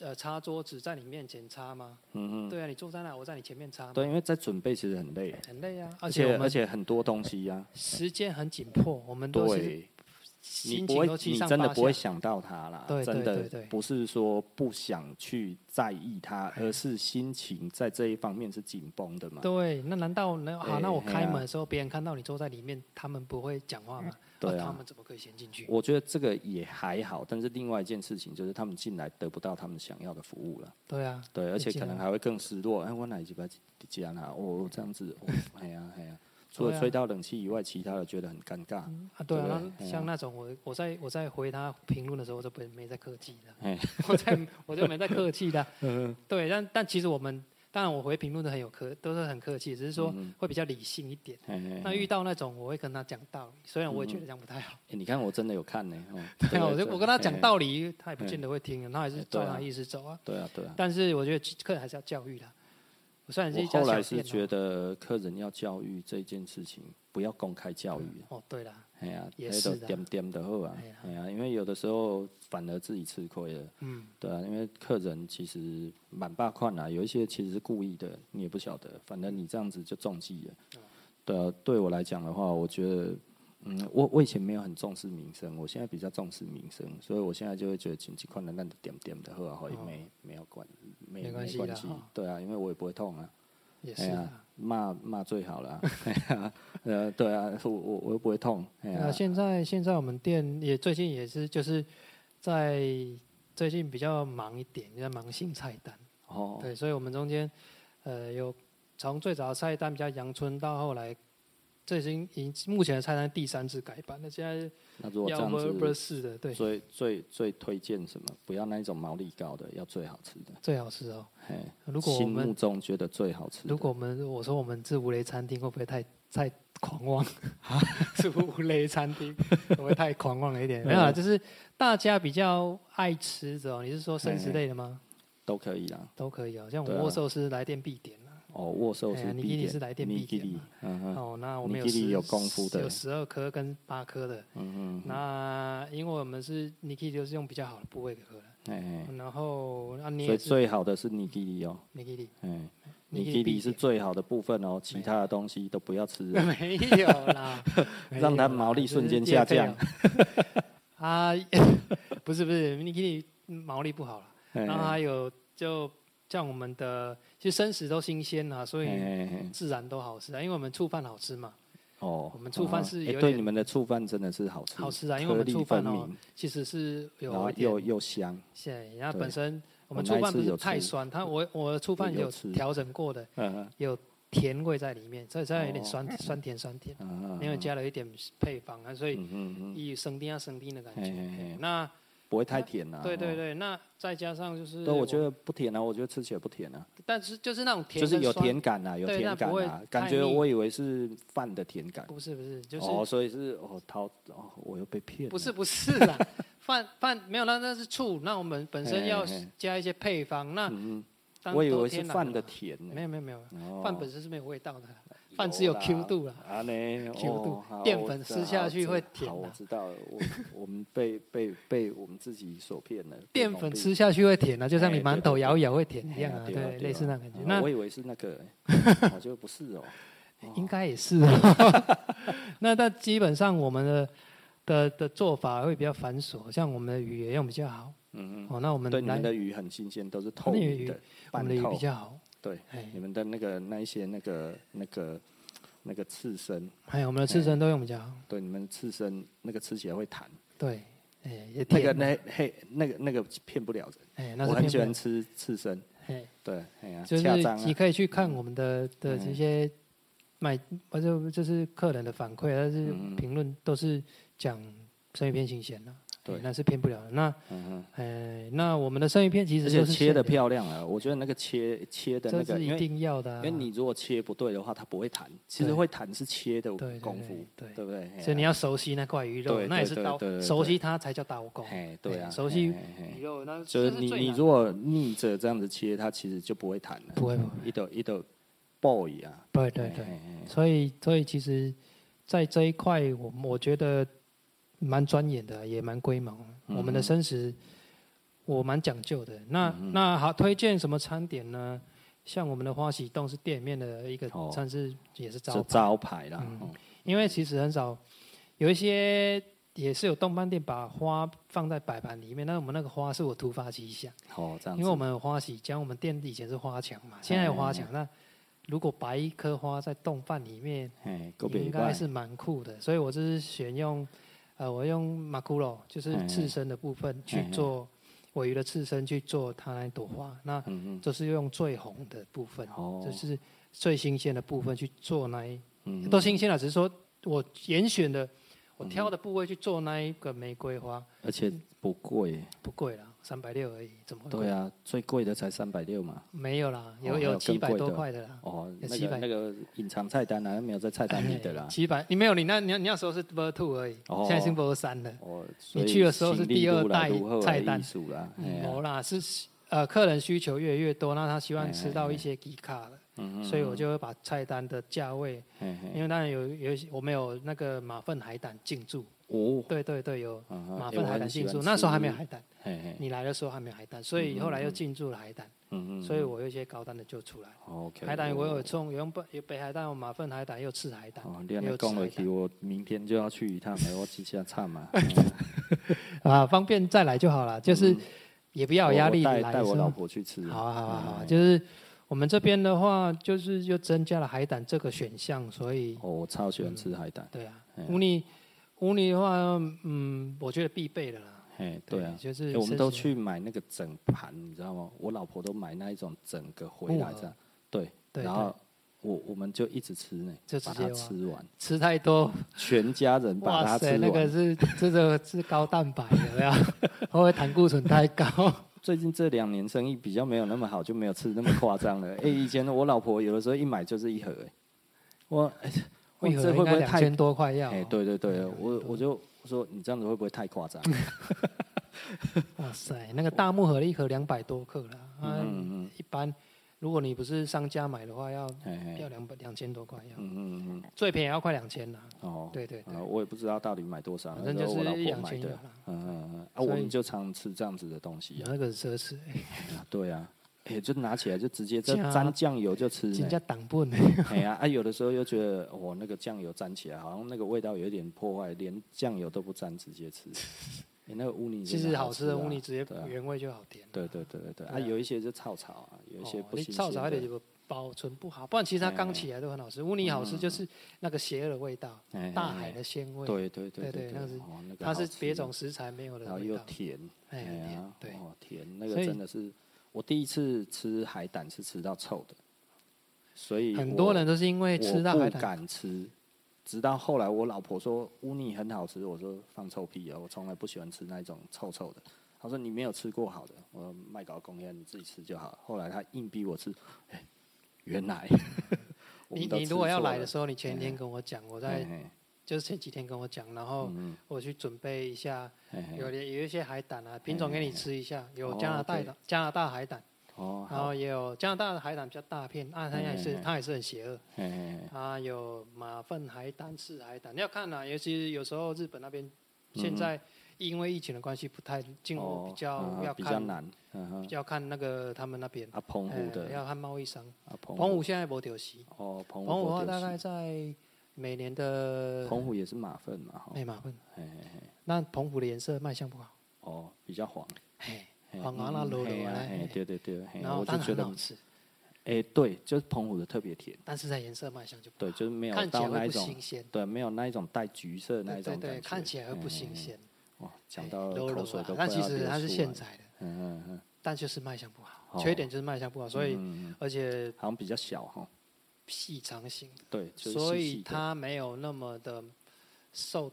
Speaker 1: 呃擦桌子，在你面前擦吗？
Speaker 2: 嗯
Speaker 1: 对啊，你坐在那，我在你前面擦
Speaker 2: 哼，
Speaker 1: 吗，
Speaker 2: 对，因为在准备其实很累，
Speaker 1: 很累啊，
Speaker 2: 而
Speaker 1: 而且我
Speaker 2: 而
Speaker 1: 们
Speaker 2: 且很多东西呀、啊。
Speaker 1: 时间很紧迫，我们都是
Speaker 2: 对，你
Speaker 1: 心
Speaker 2: 不
Speaker 1: 情
Speaker 2: 会
Speaker 1: 都，七
Speaker 2: 你
Speaker 1: 上
Speaker 2: 真的
Speaker 1: 八
Speaker 2: 不会
Speaker 1: 下。
Speaker 2: 想到他啦，
Speaker 1: 对对
Speaker 2: 真
Speaker 1: 对对哎
Speaker 2: 的不是说不想去在意他，而是心情在这一方面是紧绷的嘛。
Speaker 1: 对，那难道那好，那
Speaker 2: 哎
Speaker 1: 我
Speaker 2: 嘿
Speaker 1: 开
Speaker 2: 啊
Speaker 1: 门的时候，别人看到你坐在里面，他们不会讲话吗？
Speaker 2: 对
Speaker 1: 他
Speaker 2: 啊
Speaker 1: 们怎么可以先进去？
Speaker 2: 我觉得这个也还好，但是另外一件事情就是他们进来得不到他们想要的服务了，
Speaker 1: 对啊，
Speaker 2: 对，而且
Speaker 1: 进
Speaker 2: 可
Speaker 1: 来
Speaker 2: 能还会更失落。哎，我哪一把几啊？拿我这样子，哦哎呀哎呀，除
Speaker 1: 对
Speaker 2: 了
Speaker 1: 啊
Speaker 2: 吹到冷气以外，其他的觉得很尴尬。
Speaker 1: 啊，对
Speaker 2: 对
Speaker 1: 啊
Speaker 2: 不，
Speaker 1: 那
Speaker 2: 对
Speaker 1: 像
Speaker 2: 嗯
Speaker 1: 那种我我在我在回他评论的时候，我就不没在客气的
Speaker 2: 哎，
Speaker 1: 我在我就没在客气的。
Speaker 2: 嗯，
Speaker 1: 对，但但其实我们当然我回评论的很有客，都是很客气，只是说
Speaker 2: 嗯
Speaker 1: 会比较理性一点。
Speaker 2: 哎哎
Speaker 1: 那遇到那种我会跟他讲道理，虽然我也觉得这样不太好。
Speaker 2: 你看我真的有看呢， 哦
Speaker 1: 对啊，我就我跟他讲，
Speaker 2: 理。
Speaker 1: 道理，他也不见得会听，他还是照
Speaker 2: 嗯对啊
Speaker 1: 他意思走啊。
Speaker 2: 对啊对啊。
Speaker 1: 但是我觉得客人还是要教育的。我虽然是
Speaker 2: 我
Speaker 1: 一家
Speaker 2: 后来
Speaker 1: 小
Speaker 2: 是
Speaker 1: 店
Speaker 2: 觉
Speaker 1: 哦，
Speaker 2: 得客人要教育这件事情，不要公开教育。
Speaker 1: 哦对啦，
Speaker 2: 哎呀，
Speaker 1: 也
Speaker 2: 那
Speaker 1: 是
Speaker 2: 就
Speaker 1: 的
Speaker 2: 点点的好啊
Speaker 1: 哎呀，
Speaker 2: 哎呀，因为有的时候反而自己吃亏了。
Speaker 1: 嗯，
Speaker 2: 对啊，因为客人其实蛮霸款啊，有一些其实是故意的，你也不晓得。反正你这样子就中计了。
Speaker 1: 嗯
Speaker 2: 对啊，对我来讲的话，我觉得，嗯，我我以前没有很重视民生，我现在比较重视民生，所以我现在就会觉得紧急快的烂的点点的喝好也啊
Speaker 1: 哦
Speaker 2: 没、没有关没
Speaker 1: 没关系啦
Speaker 2: 关系
Speaker 1: 哈，
Speaker 2: 对啊，因为我也不会痛啊，
Speaker 1: 也是
Speaker 2: 哎呀、
Speaker 1: 啊。
Speaker 2: 骂骂最好 了、啊，哎呀呃，对啊，我我我又不会痛，哎呀、
Speaker 1: 那现在现在我们店也最近也是就是在最近比较忙一点，在忙新菜单。
Speaker 2: 哦，
Speaker 1: 对，所以我们中间呃有从最早的菜单比较阳春，到后来这已经已经目前的菜单第三次改版，那现在
Speaker 2: 那如果哦这
Speaker 1: 要
Speaker 2: 样
Speaker 1: v e r
Speaker 2: 子，
Speaker 1: s 的，对，
Speaker 2: 最最最推荐什么？不要那一种毛利高的，要最好吃的。
Speaker 1: 最好是哦。
Speaker 2: 嘿，
Speaker 1: 如果我
Speaker 2: 心目
Speaker 1: 们
Speaker 2: 中觉得最好吃的，
Speaker 1: 如果我们我说我们是五雷餐厅，会不会太太狂妄？ 啊是五雷餐厅 会不会太狂妄了一点？没有啦，就是大家比较爱吃的哦。你是说生食类的吗？
Speaker 2: 都可以啦。
Speaker 1: 都可以哦，像我
Speaker 2: 对啊
Speaker 1: 握寿司来电必点啊，
Speaker 2: 哦，握手
Speaker 1: 哎呀
Speaker 2: 是
Speaker 1: 尼基
Speaker 2: 必
Speaker 1: 里
Speaker 2: 点，
Speaker 1: 是来电
Speaker 2: 尼
Speaker 1: 必
Speaker 2: 基
Speaker 1: 点
Speaker 2: 里
Speaker 1: 嘛
Speaker 2: 嗯哼，
Speaker 1: 哦，那我们有
Speaker 2: 尼基里
Speaker 1: 十
Speaker 2: 有功夫的
Speaker 1: 有十二颗跟八颗的。
Speaker 2: 嗯嗯，
Speaker 1: 那因为我们是 Niki 就是用比较好的部位给喝的，
Speaker 2: 哎，
Speaker 1: 然后那哦你
Speaker 2: 所以
Speaker 1: 也是
Speaker 2: 最好的是尼基里哦，
Speaker 1: Niki
Speaker 2: 哎，尼基
Speaker 1: Niki
Speaker 2: 里是最好的部分哦，其他的东西都不要 吃 了，
Speaker 1: 没有啦，没有
Speaker 2: 让
Speaker 1: 啦
Speaker 2: 它毛利瞬间下降。
Speaker 1: 这是业配哦啊， 不是不是，Niki 毛利不好了，
Speaker 2: 哎
Speaker 1: 然后还有就像我们的其实生食都新鲜啦，所以
Speaker 2: 哎哎
Speaker 1: 自然都好吃啊，因为我们醋饭好吃嘛，
Speaker 2: 哦，
Speaker 1: 我们醋饭
Speaker 2: 啊
Speaker 1: 是
Speaker 2: 哎
Speaker 1: 有
Speaker 2: 对
Speaker 1: 点
Speaker 2: 你们的醋饭真的是好吃，
Speaker 1: 好吃啊，因为我
Speaker 2: 颗
Speaker 1: 们
Speaker 2: 粒
Speaker 1: 醋饭
Speaker 2: 分
Speaker 1: 哦
Speaker 2: 明
Speaker 1: 其实是
Speaker 2: 然
Speaker 1: 有
Speaker 2: 后
Speaker 1: 一
Speaker 2: 又
Speaker 1: 点
Speaker 2: 又香，
Speaker 1: 咸，然后
Speaker 2: 对
Speaker 1: 本身我
Speaker 2: 我
Speaker 1: 们
Speaker 2: 那一
Speaker 1: 醋饭
Speaker 2: 次
Speaker 1: 不
Speaker 2: 有
Speaker 1: 是太
Speaker 2: 吃
Speaker 1: 酸，它我我的醋
Speaker 2: 我
Speaker 1: 饭
Speaker 2: 有
Speaker 1: 有
Speaker 2: 吃
Speaker 1: 调整过的。
Speaker 2: 嗯嗯
Speaker 1: 有甜味在里面，所以它有点
Speaker 2: 哦
Speaker 1: 酸、酸甜酸甜，
Speaker 2: 嗯嗯，
Speaker 1: 因为
Speaker 2: 嗯
Speaker 1: 加了一点配方啊，所以
Speaker 2: 嗯嗯嗯，
Speaker 1: 有生丁啊生丁的感
Speaker 2: 嘿
Speaker 1: 觉。
Speaker 2: 嘿嘿
Speaker 1: 那
Speaker 2: 不会太甜啦。
Speaker 1: 对对
Speaker 2: 哦，
Speaker 1: 对，那再加上就是，
Speaker 2: 对，我觉，得不甜啊，我觉得吃起来不甜啊，
Speaker 1: 但是就是那种甜，
Speaker 2: 就是有，甜感啊，有
Speaker 1: 对
Speaker 2: 甜
Speaker 1: 但不
Speaker 2: 感
Speaker 1: 会
Speaker 2: 啊，
Speaker 1: 太
Speaker 2: 感觉
Speaker 1: 腻
Speaker 2: 我以为是饭的甜感，
Speaker 1: 不是不是，就是、
Speaker 2: 哦，所以是哦，桃哦，我又被骗了，
Speaker 1: 不是不是啦，饭饭没有，那那是醋，那我们本身要
Speaker 2: 嘿嘿嘿
Speaker 1: 加一些配方，那
Speaker 2: 嗯，
Speaker 1: 当
Speaker 2: 我以
Speaker 1: 都
Speaker 2: 为是
Speaker 1: 天然
Speaker 2: 饭的
Speaker 1: 嘛，
Speaker 2: 甜呢
Speaker 1: 没，有没有没有，
Speaker 2: 哦
Speaker 1: 饭本身是没有味道的，饭只有 Q 度啦
Speaker 2: 啊 呢
Speaker 1: Q 度
Speaker 2: 哦好
Speaker 1: 淀
Speaker 2: 我
Speaker 1: 粉
Speaker 2: 知
Speaker 1: 吃下
Speaker 2: 道
Speaker 1: 去
Speaker 2: 知
Speaker 1: 会
Speaker 2: 道
Speaker 1: 甜
Speaker 2: 好我
Speaker 1: 啦
Speaker 2: 知道了，我我们被被被我们自己所骗了，被
Speaker 1: 淀
Speaker 2: 蒙
Speaker 1: 粉
Speaker 2: 蔽
Speaker 1: 吃下去会甜啊，就像
Speaker 2: 哎
Speaker 1: 你
Speaker 2: 对
Speaker 1: 馒
Speaker 2: 对
Speaker 1: 头
Speaker 2: 对
Speaker 1: 咬一咬会甜
Speaker 2: 哎
Speaker 1: 一样
Speaker 2: 呀
Speaker 1: 啊，
Speaker 2: 对啊对
Speaker 1: 类似
Speaker 2: 啊
Speaker 1: 那种感觉
Speaker 2: 啊。
Speaker 1: 那
Speaker 2: 我以为是那个， 好像不是哦，
Speaker 1: 应该也是 哦。那但基本上我们的的的做法会比较繁琐，像我们的鱼也用比较好。
Speaker 2: 嗯嗯，
Speaker 1: 哦，那我们
Speaker 2: 对，你
Speaker 1: 来
Speaker 2: 们的鱼很新鲜，都是
Speaker 1: 我
Speaker 2: 透
Speaker 1: 们的
Speaker 2: 明
Speaker 1: 鱼
Speaker 2: 的，
Speaker 1: 我
Speaker 2: 半
Speaker 1: 们的鱼
Speaker 2: 透
Speaker 1: 比，较好。
Speaker 2: 对，
Speaker 1: 哎
Speaker 2: 你，们的那个那一些那个那个那个刺身，
Speaker 1: 还有我们的刺身都用比较好。
Speaker 2: 对，你们刺身那个吃起来会弹，
Speaker 1: 对，哎，也
Speaker 2: 那个
Speaker 1: 甜。
Speaker 2: 那嘿那个那个骗不了人，
Speaker 1: 哎，那
Speaker 2: 我
Speaker 1: 是
Speaker 2: 很
Speaker 1: 偏
Speaker 2: 喜
Speaker 1: 甜
Speaker 2: 欢。吃刺身，
Speaker 1: 哎，
Speaker 2: 对，哎呀，
Speaker 1: 就
Speaker 2: 恰当
Speaker 1: 是
Speaker 2: 啊
Speaker 1: 你可以去看我们的的这
Speaker 2: 嗯
Speaker 1: 些买，或者就是客人的反馈，但是
Speaker 2: 嗯嗯
Speaker 1: 评论都是讲生鱼片新鲜的。
Speaker 2: 对
Speaker 1: 哎那是骗不了的。那，
Speaker 2: 嗯哼。
Speaker 1: 哎，那我们的生鱼片其
Speaker 2: 而
Speaker 1: 实
Speaker 2: 且
Speaker 1: 就是
Speaker 2: 切的
Speaker 1: 片。
Speaker 2: 漂亮啊，我觉得那个切切的那
Speaker 1: 这
Speaker 2: 个，
Speaker 1: 是
Speaker 2: 因
Speaker 1: 一
Speaker 2: 为
Speaker 1: 定要的、啊。
Speaker 2: 因为你如果切不对的话，它不会弹。其实
Speaker 1: 对
Speaker 2: 会弹是切的
Speaker 1: 对对
Speaker 2: 功夫，
Speaker 1: 对
Speaker 2: 对不对？哎
Speaker 1: 所以你要熟悉那块鱼肉
Speaker 2: 对，
Speaker 1: 那也是
Speaker 2: 对
Speaker 1: 刀
Speaker 2: 对对，对
Speaker 1: 熟悉它才叫刀工。
Speaker 2: 哎，对啊，
Speaker 1: 熟悉
Speaker 2: 嘿嘿嘿
Speaker 1: 鱼肉那
Speaker 2: 就是
Speaker 1: 这
Speaker 2: 你
Speaker 1: 最
Speaker 2: 你
Speaker 1: 难
Speaker 2: 如果逆着这样子切，它其实就不会弹了，
Speaker 1: 不会不会，
Speaker 2: 一抖一抖 boy 啊，
Speaker 1: 对对
Speaker 2: 嘿
Speaker 1: 对，
Speaker 2: 嘿嘿
Speaker 1: 所以所以其实，在这一块我我觉得蛮钻研的，啊也蛮龟毛的。
Speaker 2: 嗯
Speaker 1: 我们的生食我蛮讲究的。那、
Speaker 2: 嗯哼
Speaker 1: 那好，推荐什么餐点呢？像我们的花喜洞是店里面的一个
Speaker 2: 哦
Speaker 1: 算是也是招
Speaker 2: 这
Speaker 1: 牌，
Speaker 2: 招牌啦，
Speaker 1: 嗯
Speaker 2: 哦
Speaker 1: 因为其实很少有一些也是有动漫店把花放在摆盘里面，但是我们那个花是我突发奇想，
Speaker 2: 好这样子，
Speaker 1: 因为我们有花喜江，我们店以前是花墙嘛，现在有花
Speaker 2: 嗯
Speaker 1: 墙，那如果摆一颗花在冻饭里面，
Speaker 2: 哎，够
Speaker 1: 应
Speaker 2: 北
Speaker 1: 该
Speaker 2: 拜，
Speaker 1: 是蛮酷的，所以我就是选用呃，我用马库罗就是
Speaker 2: 哎哎
Speaker 1: 刺身的部分去做尾鱼的刺身去做它那朵花，那
Speaker 2: 嗯
Speaker 1: 就是用最红的部分
Speaker 2: 嗯，，哦，
Speaker 1: 就是最新鲜的部分去做那一
Speaker 2: 嗯
Speaker 1: 都新鲜了，只是说我严选的，我挑的部位去做那一个玫瑰花
Speaker 2: 而且不贵，
Speaker 1: 不贵啦，三百六而已，怎么会贵
Speaker 2: 对？啊，最贵的才三百六嘛，
Speaker 1: 没有啦，
Speaker 2: 哦
Speaker 1: 有
Speaker 2: 还有
Speaker 1: 有
Speaker 2: 更
Speaker 1: 七百
Speaker 2: 贵
Speaker 1: 多
Speaker 2: 的
Speaker 1: 块 的啦。
Speaker 2: 哦，
Speaker 1: 有
Speaker 2: 那
Speaker 1: 啊七
Speaker 2: 个
Speaker 1: 百。
Speaker 2: 那个隐藏菜单啊，没有在菜单里的啦
Speaker 1: 七百，你没有，你那你那你那时候是 Ver Two 而已，
Speaker 2: 哦
Speaker 1: 现在是 Ver 三了。
Speaker 2: 哦，所
Speaker 1: 哎你
Speaker 2: 以
Speaker 1: 去的时候是
Speaker 2: 行李
Speaker 1: 第二
Speaker 2: 路啦
Speaker 1: 代
Speaker 2: 如何
Speaker 1: 菜
Speaker 2: 为
Speaker 1: 单
Speaker 2: 艺术啦，哎呀
Speaker 1: 嗯没啦，是呃客人需求越来越多，那他希
Speaker 2: 哎
Speaker 1: 望
Speaker 2: 哎
Speaker 1: 吃到一些低卡的，
Speaker 2: 嗯哎
Speaker 1: 所以我就会把菜单的价位，
Speaker 2: 嘿嘿
Speaker 1: 因为当然有有一些我们有那个马粪海胆进驻，
Speaker 2: 哦，
Speaker 1: 对对对，有
Speaker 2: 嗯哼
Speaker 1: 马
Speaker 2: 哎
Speaker 1: 粪
Speaker 2: 我
Speaker 1: 海
Speaker 2: 很
Speaker 1: 胆
Speaker 2: 喜
Speaker 1: 进
Speaker 2: 欢
Speaker 1: 驻，那时候还没有
Speaker 2: 吃
Speaker 1: 海胆，
Speaker 2: 嘿嘿，
Speaker 1: 你来的时候还没有海胆，所以后来又进驻了海胆。
Speaker 2: 嗯嗯嗯，
Speaker 1: 所以我有一些高单的就出来。
Speaker 2: OK，
Speaker 1: 海胆我有冲，有用北有北海胆，有马粪海胆，也有赤海胆
Speaker 2: 哦，练
Speaker 1: 也
Speaker 2: 了
Speaker 1: 有吃
Speaker 2: 讲落
Speaker 1: 海
Speaker 2: 去，
Speaker 1: 胆
Speaker 2: 我明天就要去一趟哎了，我几下 差嘛，
Speaker 1: 啊，方便再来就好了，就是也不要
Speaker 2: 我
Speaker 1: 有压
Speaker 2: 嗯我
Speaker 1: 力
Speaker 2: 带
Speaker 1: 来
Speaker 2: 带
Speaker 1: 的时
Speaker 2: 我老
Speaker 1: 候。
Speaker 2: 婆去吃，
Speaker 1: 好啊，好啊，好啊，
Speaker 2: 哎
Speaker 1: 就是我们这边的话，就是又增加了海胆这个选项，所以
Speaker 2: 哦，我超喜欢吃海胆，
Speaker 1: 对啊
Speaker 2: 哎，
Speaker 1: 乌尼乌尼的话，嗯，我觉得必备的啦。
Speaker 2: 嘿，对啊。
Speaker 1: 就是
Speaker 2: 哎我们都
Speaker 1: 生食
Speaker 2: 去买那个整盘，你知道吗？我老婆都买那一种整个回
Speaker 1: 木
Speaker 2: 来
Speaker 1: 耳
Speaker 2: 这样，对，
Speaker 1: 对
Speaker 2: 然
Speaker 1: 对
Speaker 2: 后我我们就一直吃呢，
Speaker 1: 就
Speaker 2: 把
Speaker 1: 直
Speaker 2: 它
Speaker 1: 接挖
Speaker 2: 吃完，
Speaker 1: 吃太多，
Speaker 2: 全家人把 它
Speaker 1: 哇
Speaker 2: 吃
Speaker 1: 塞，
Speaker 2: 完。
Speaker 1: 那个是这个是高蛋白有没有？ 会不会胆固醇太 高？
Speaker 2: 最近这两年生意比较没有那么好，就没有吃那么夸张了。哎、以前我老婆有的时候一买就是一盒、哎，我哎我
Speaker 1: 一盒
Speaker 2: 这
Speaker 1: 应
Speaker 2: 会不
Speaker 1: 该
Speaker 2: 会
Speaker 1: 两
Speaker 2: 太？
Speaker 1: 千多块要、哦？
Speaker 2: 哎、对对对，我我就说你这样子会不会太夸 张？
Speaker 1: 哇塞，那个大木盒一盒两百多克了，啊，
Speaker 2: 嗯嗯
Speaker 1: 一般如如果你不是商家买的话，要
Speaker 2: 嘿嘿
Speaker 1: 要两百两千多块，要
Speaker 2: 嗯嗯嗯，
Speaker 1: 最便宜要快两千了。
Speaker 2: 哦，
Speaker 1: 对对对
Speaker 2: 啊，我也不知道到底买多少，
Speaker 1: 反正
Speaker 2: 那
Speaker 1: 就
Speaker 2: 我老
Speaker 1: 是一
Speaker 2: 婆
Speaker 1: 两
Speaker 2: 买
Speaker 1: 千就
Speaker 2: 的
Speaker 1: 好，了，
Speaker 2: 嗯嗯嗯，啊，
Speaker 1: 所以
Speaker 2: 我们就常吃这样子的东西
Speaker 1: 有
Speaker 2: 啊，
Speaker 1: 那个很奢侈，哎
Speaker 2: 对啊，哎，就拿起来就直接就
Speaker 1: 加
Speaker 2: 沾酱油就吃，
Speaker 1: 人家挡不呢。
Speaker 2: 哎呀，啊，有的时候又觉得我那个酱油沾起来，好像那个味道有一点破坏，连酱油都不沾，直接 吃。哎，那个乌 泥
Speaker 1: 其
Speaker 2: 真
Speaker 1: 实
Speaker 2: 好
Speaker 1: 好吃的
Speaker 2: 啊
Speaker 1: 乌泥直接
Speaker 2: 对啊
Speaker 1: 原味就好甜了。
Speaker 2: 对对对对对，啊，
Speaker 1: 对啊
Speaker 2: 有一些就炒炒啊，有一些
Speaker 1: 哦
Speaker 2: 不
Speaker 1: 你
Speaker 2: 新
Speaker 1: 炒
Speaker 2: 鲜
Speaker 1: 炒还得
Speaker 2: 的。
Speaker 1: 有个保存不好，不然其实它
Speaker 2: 哎嗯
Speaker 1: 刚起来都很好吃。乌泥好吃就是那个邪恶的味道，
Speaker 2: 哎
Speaker 1: 大海。的鲜味，
Speaker 2: 对对对
Speaker 1: 对对那
Speaker 2: 对，
Speaker 1: 是
Speaker 2: 哦，那个
Speaker 1: 它是
Speaker 2: 好吃
Speaker 1: 别种，食材没有的
Speaker 2: 然后
Speaker 1: 味
Speaker 2: 又
Speaker 1: 道。
Speaker 2: 甜，
Speaker 1: 哎，很
Speaker 2: 呀
Speaker 1: 甜，对，
Speaker 2: 哦甜，那个
Speaker 1: 所以
Speaker 2: 真的是我第一次吃海胆是吃到臭的，所以
Speaker 1: 很
Speaker 2: 哎我
Speaker 1: 多人都是因为吃到海
Speaker 2: 我不
Speaker 1: 胆，
Speaker 2: 敢吃，直到后来我老婆说乌泥很好吃，我说放臭屁啊，我从来不喜欢吃那一种臭臭的。她说你没有吃过好的，我说麦搞公鸭你自己吃就好。后来她硬逼我吃，哎、原 来我
Speaker 1: 你
Speaker 2: 们都
Speaker 1: 你
Speaker 2: 吃
Speaker 1: 如果要来
Speaker 2: 错
Speaker 1: 的
Speaker 2: 了哎
Speaker 1: 时候，你前一天跟我讲，我在
Speaker 2: 嘿
Speaker 1: 就是前几天跟我讲，然后
Speaker 2: 嗯哎
Speaker 1: 我去准备一下，
Speaker 2: 嘿嘿
Speaker 1: 有
Speaker 2: 嘿
Speaker 1: 的有一些海胆啊，品种给你吃一下，有
Speaker 2: 哎哦
Speaker 1: 加拿大
Speaker 2: 对
Speaker 1: 的加拿大海胆，
Speaker 2: 哦
Speaker 1: 然
Speaker 2: 好
Speaker 1: 后也有加拿大的海胆比较大片，啊，它也
Speaker 2: 哎
Speaker 1: 是
Speaker 2: 哎哎
Speaker 1: 它也是很邪恶。
Speaker 2: 嘿嘿嘿
Speaker 1: 它有马粪海胆、赤海胆，要看啦、啊尤其有时候日本那边现在因为疫情的关系，不太进
Speaker 2: 嗯哦
Speaker 1: 货比较
Speaker 2: 嗯
Speaker 1: 要
Speaker 2: 比较
Speaker 1: 看，
Speaker 2: 难，嗯哼，
Speaker 1: 要看那个他们那边，
Speaker 2: 啊澎湖
Speaker 1: 哎
Speaker 2: 的
Speaker 1: 要看贸易商。
Speaker 2: 啊澎
Speaker 1: 澎湖现在没丢席，
Speaker 2: 哦澎
Speaker 1: 澎湖的
Speaker 2: 不
Speaker 1: 话
Speaker 2: 丢
Speaker 1: 大概
Speaker 2: 弃
Speaker 1: 在每年的
Speaker 2: 澎湖也是马粪嘛哈，
Speaker 1: 哎马粪，
Speaker 2: 嘿嘿嘿
Speaker 1: 那澎湖的颜色卖相不好，
Speaker 2: 哦比较黄。
Speaker 1: 嘿，
Speaker 2: 嘿
Speaker 1: 黄啊
Speaker 2: 嗯
Speaker 1: 那
Speaker 2: 嗯
Speaker 1: 柔
Speaker 2: 嘿
Speaker 1: 柔啊
Speaker 2: 啊
Speaker 1: 那
Speaker 2: 嘿
Speaker 1: 嘿
Speaker 2: 对对对，嘿
Speaker 1: 然后
Speaker 2: 我就
Speaker 1: 当然
Speaker 2: 觉
Speaker 1: 很
Speaker 2: 得，
Speaker 1: 好吃，
Speaker 2: 哎，对，就是澎湖的特别甜，
Speaker 1: 但是在颜色卖相就不
Speaker 2: 对，
Speaker 1: 好，
Speaker 2: 就是没有
Speaker 1: 看起来
Speaker 2: 到那
Speaker 1: 会
Speaker 2: 一
Speaker 1: 不
Speaker 2: 种
Speaker 1: 新，鲜，
Speaker 2: 对，没有那一种带橘色那
Speaker 1: 对对
Speaker 2: 一种感
Speaker 1: 对，
Speaker 2: 觉，
Speaker 1: 看起来会不新
Speaker 2: 嘿。
Speaker 1: 鲜，
Speaker 2: 哇，讲
Speaker 1: 哎
Speaker 2: 到
Speaker 1: 柔柔
Speaker 2: 口水
Speaker 1: 啊
Speaker 2: 都，快
Speaker 1: 但
Speaker 2: 要
Speaker 1: 其实
Speaker 2: 流
Speaker 1: 它是
Speaker 2: 出
Speaker 1: 现
Speaker 2: 来了，
Speaker 1: 宰的。
Speaker 2: 嗯嗯嗯，
Speaker 1: 但就是卖相不好，
Speaker 2: 哦
Speaker 1: 缺点就是卖相不好，所以
Speaker 2: 嗯嗯嗯
Speaker 1: 而且
Speaker 2: 好像比较小哈，
Speaker 1: 细长型，
Speaker 2: 对，就是
Speaker 1: 所
Speaker 2: 细
Speaker 1: 以
Speaker 2: 细的
Speaker 1: 它没有那么的受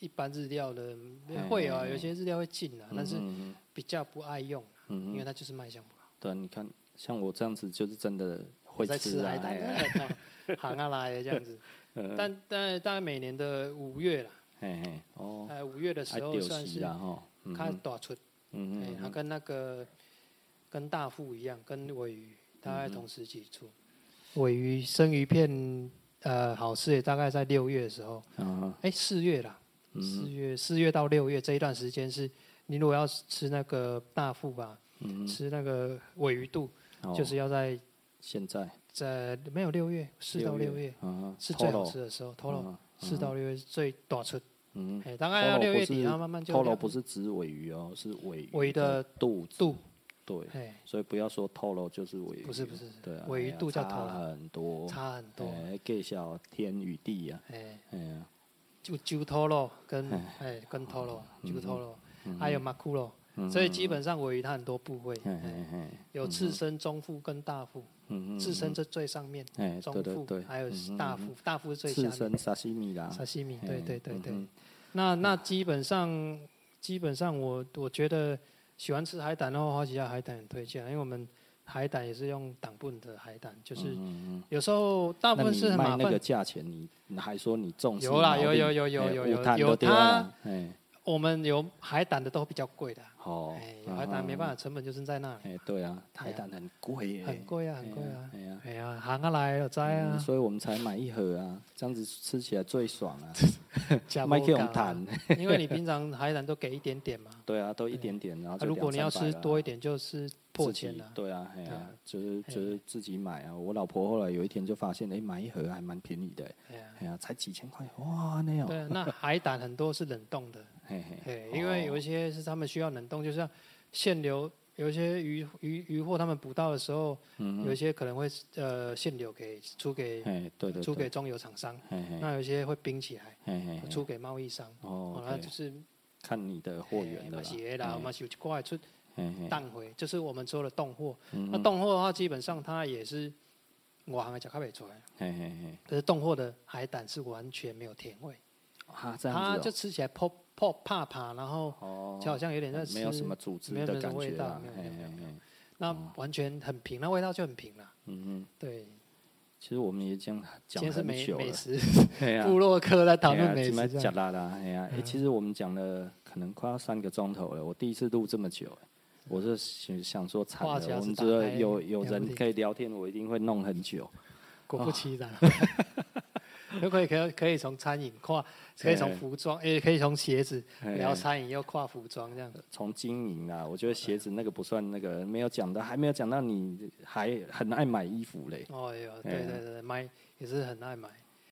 Speaker 1: 一般日料的
Speaker 2: 哎
Speaker 1: 会
Speaker 2: 哎
Speaker 1: 啊，
Speaker 2: 哎
Speaker 1: 有些日料会进啊，但是
Speaker 2: 嗯嗯
Speaker 1: 比较不爱用，啊
Speaker 2: 嗯
Speaker 1: 因为
Speaker 2: 嗯嗯，
Speaker 1: 它就是卖相不好。
Speaker 2: 对，你看像我这样子，就是真的会
Speaker 1: 在吃
Speaker 2: 啊
Speaker 1: 海，胆
Speaker 2: 哎呀， 嗯
Speaker 1: 行啊来的这样子，但但大概每年的五月啦，
Speaker 2: 嘿嘿，哦，
Speaker 1: 呃五月的
Speaker 2: 爱
Speaker 1: 时候
Speaker 2: 丢
Speaker 1: 算
Speaker 2: 席
Speaker 1: 是
Speaker 2: 啦哈，嗯
Speaker 1: 看
Speaker 2: 嗯
Speaker 1: 大出，
Speaker 2: 嗯
Speaker 1: 哎
Speaker 2: 嗯，
Speaker 1: 它
Speaker 2: 嗯，
Speaker 1: 跟那个跟大腹一样，跟尾鱼大概
Speaker 2: 嗯嗯
Speaker 1: 同时期出。尾鱼生鱼片，呃，好吃也大概在六月的时候，
Speaker 2: 嗯
Speaker 1: 哎，四月啦，
Speaker 2: 嗯
Speaker 1: 四月四月到六月这一段时间是，你如果要吃那个大腹吧，
Speaker 2: 嗯嗯
Speaker 1: 吃那个尾鱼肚，
Speaker 2: 哦
Speaker 1: 就是要在
Speaker 2: 现在
Speaker 1: 在没有六月，四到六月
Speaker 2: 嗯
Speaker 1: 是最好
Speaker 2: Polo
Speaker 1: 吃的时候，Toro
Speaker 2: 嗯
Speaker 1: 四到六月是最短出，
Speaker 2: 嗯
Speaker 1: 哎，大概要
Speaker 2: Polo
Speaker 1: 六月
Speaker 2: 不
Speaker 1: 底，
Speaker 2: 是
Speaker 1: 然后慢慢就
Speaker 2: ，Polo
Speaker 1: 亮
Speaker 2: 不是指尾鱼哦，是尾鱼
Speaker 1: 尾的
Speaker 2: 肚子
Speaker 1: 肚，
Speaker 2: 对，
Speaker 1: 哎，
Speaker 2: 所以不要说 Polo 就是尾鱼，
Speaker 1: 不是不是，
Speaker 2: 对啊，
Speaker 1: 尾鱼
Speaker 2: 哎呀
Speaker 1: 肚叫
Speaker 2: 差
Speaker 1: Polo
Speaker 2: 很多，
Speaker 1: 差很多，
Speaker 2: 哎，更小天与地呀，
Speaker 1: 哎。
Speaker 2: 哎呀，哦
Speaker 1: 就九头肉跟哎跟头肉，九头肉，还啊有马库肉，
Speaker 2: 嗯
Speaker 1: 所以基本上尾鱼它很多部位，
Speaker 2: 嘿
Speaker 1: 哎
Speaker 2: 嘿嘿，
Speaker 1: 有刺身、中腹跟大腹，
Speaker 2: 嗯嗯，
Speaker 1: 刺身这最上面，
Speaker 2: 哎，
Speaker 1: 中
Speaker 2: 对对
Speaker 1: 腹
Speaker 2: 对，
Speaker 1: 还有
Speaker 2: 嗯嗯
Speaker 1: 大
Speaker 2: 嗯
Speaker 1: 腹，大腹是最
Speaker 2: 刺
Speaker 1: 下面
Speaker 2: 身、沙西米啦，
Speaker 1: 沙西米，
Speaker 2: 嘿
Speaker 1: 对对对
Speaker 2: 嗯
Speaker 1: 对
Speaker 2: 嗯。
Speaker 1: 那那基本上基本上我我觉得喜欢吃海胆的话，花旗家海胆很推荐，因为我们海胆也是用挡棍的海胆，就是
Speaker 2: 嗯嗯嗯
Speaker 1: 有时候大部
Speaker 2: 那
Speaker 1: 分
Speaker 2: 你
Speaker 1: 是很
Speaker 2: 卖
Speaker 1: 麻
Speaker 2: 那个
Speaker 1: 烦。
Speaker 2: 价钱，你你还说你重视
Speaker 1: 有啦
Speaker 2: 毛
Speaker 1: 有
Speaker 2: 利
Speaker 1: 有有有
Speaker 2: 哎
Speaker 1: 有
Speaker 2: 五
Speaker 1: 有
Speaker 2: 摊
Speaker 1: 有
Speaker 2: 都丢了
Speaker 1: 它
Speaker 2: 啦，哎，
Speaker 1: 我们有海胆的都比较贵的啊，
Speaker 2: 好
Speaker 1: 哎，，有海胆没办
Speaker 2: 法，
Speaker 1: 法，成本就是在那里，
Speaker 2: 哎，对啊，海
Speaker 1: 哎呀
Speaker 2: 胆很贵耶，
Speaker 1: 很贵啊，很
Speaker 2: 哎
Speaker 1: 贵
Speaker 2: 呀
Speaker 1: 啊。
Speaker 2: 哎呀。
Speaker 1: 哎呀，行啊来，有摘
Speaker 2: 嗯
Speaker 1: 啊，
Speaker 2: 所以我们才买一盒啊，这样子吃起来最爽啊，
Speaker 1: 加
Speaker 2: 麦克用谈，
Speaker 1: 啊因为你平常海胆都给一点点嘛，
Speaker 2: 对 啊，都一点点，然后
Speaker 1: 啊
Speaker 2: 就
Speaker 1: 如果你要
Speaker 2: 200-300
Speaker 1: 吃
Speaker 2: 啦
Speaker 1: 多一点，就是破
Speaker 2: 自己
Speaker 1: 千了。
Speaker 2: 对啊，哎
Speaker 1: 对
Speaker 2: 呀
Speaker 1: 啊，
Speaker 2: 就是
Speaker 1: 哎
Speaker 2: 就是自己买啊。我老婆后来有一天就发现，哎，买一盒还蛮便宜的，
Speaker 1: 哎呀，
Speaker 2: 哎呀，才几千块，哇，那样，
Speaker 1: 对啊，那海胆很多是冷冻 的，
Speaker 2: 嘿嘿，
Speaker 1: 哎，因为有一些是他们需要冷冻，就像限流，有一些渔渔渔获他们捕到的时候，
Speaker 2: 嗯
Speaker 1: 有一些可能会呃限流给出给
Speaker 2: 哎，对对哎
Speaker 1: 出
Speaker 2: 对，
Speaker 1: 给中游厂商，
Speaker 2: 嘿嘿，
Speaker 1: 那有一些会冰起来
Speaker 2: 嘿嘿嘿，
Speaker 1: 出给贸易商，
Speaker 2: 哦
Speaker 1: 哦，，那
Speaker 2: OK，
Speaker 1: 就是
Speaker 2: 看你的货源的
Speaker 1: 嘛
Speaker 2: 啦
Speaker 1: 是，会啦，
Speaker 2: 哎
Speaker 1: 嘛是有一块出
Speaker 2: 嘿嘿，
Speaker 1: 冻回，就是我们说的冻货。
Speaker 2: 嗯
Speaker 1: 那冻货的话，基本上它也是我行的吃较袂出来，
Speaker 2: 嘿嘿嘿，
Speaker 1: 可是冻货的海胆是完全没有甜味，
Speaker 2: 啊，这
Speaker 1: 它
Speaker 2: 样
Speaker 1: 就
Speaker 2: 子
Speaker 1: 吃起来泡泡怕怕，然后
Speaker 2: 哦，
Speaker 1: 就好
Speaker 2: 哦，
Speaker 1: 像有点在吃，
Speaker 2: 没有什么嗯组织
Speaker 1: 没有
Speaker 2: 的
Speaker 1: 那种
Speaker 2: 感
Speaker 1: 味
Speaker 2: 觉
Speaker 1: 道
Speaker 2: 啦
Speaker 1: 没，有
Speaker 2: 嘿
Speaker 1: 没
Speaker 2: 嘿
Speaker 1: 有没有
Speaker 2: 嘿，
Speaker 1: 那完全很平，那味道就很平了。
Speaker 2: 嗯嗯。
Speaker 1: 对，
Speaker 2: 其实我们也这样
Speaker 1: 今
Speaker 2: 讲
Speaker 1: 天是
Speaker 2: 很
Speaker 1: 美
Speaker 2: 久
Speaker 1: 美
Speaker 2: 了，
Speaker 1: 食
Speaker 2: 对啊，
Speaker 1: 部落客在讨
Speaker 2: 哎呀
Speaker 1: 论美
Speaker 2: 今
Speaker 1: 食
Speaker 2: 麦
Speaker 1: 这
Speaker 2: 吃
Speaker 1: 样，
Speaker 2: 辣啦，哎呀，哎，
Speaker 1: 嗯
Speaker 2: 其实我们讲了可能快要三个钟头了，我第一次录这么久，我是想想说
Speaker 1: 嗯
Speaker 2: 惨
Speaker 1: 话匣子
Speaker 2: 了，我们
Speaker 1: 打
Speaker 2: 觉得
Speaker 1: 开
Speaker 2: 有有
Speaker 1: 聊不
Speaker 2: 人
Speaker 1: 停
Speaker 2: 可以聊天，我一定会弄很久。
Speaker 1: 果不其
Speaker 2: 哦
Speaker 1: 然，如果 可以可以从餐饮跨，可以从
Speaker 2: 对
Speaker 1: 服装，也可以从鞋子聊
Speaker 2: 哎
Speaker 1: 餐饮又跨服装这样子。
Speaker 2: 从经营啊，我觉得鞋子那个不算那个，没有讲到，还没有讲到你还很爱买衣服嘞。
Speaker 1: 哦哟，
Speaker 2: 哎
Speaker 1: 对对对，买也是很爱买。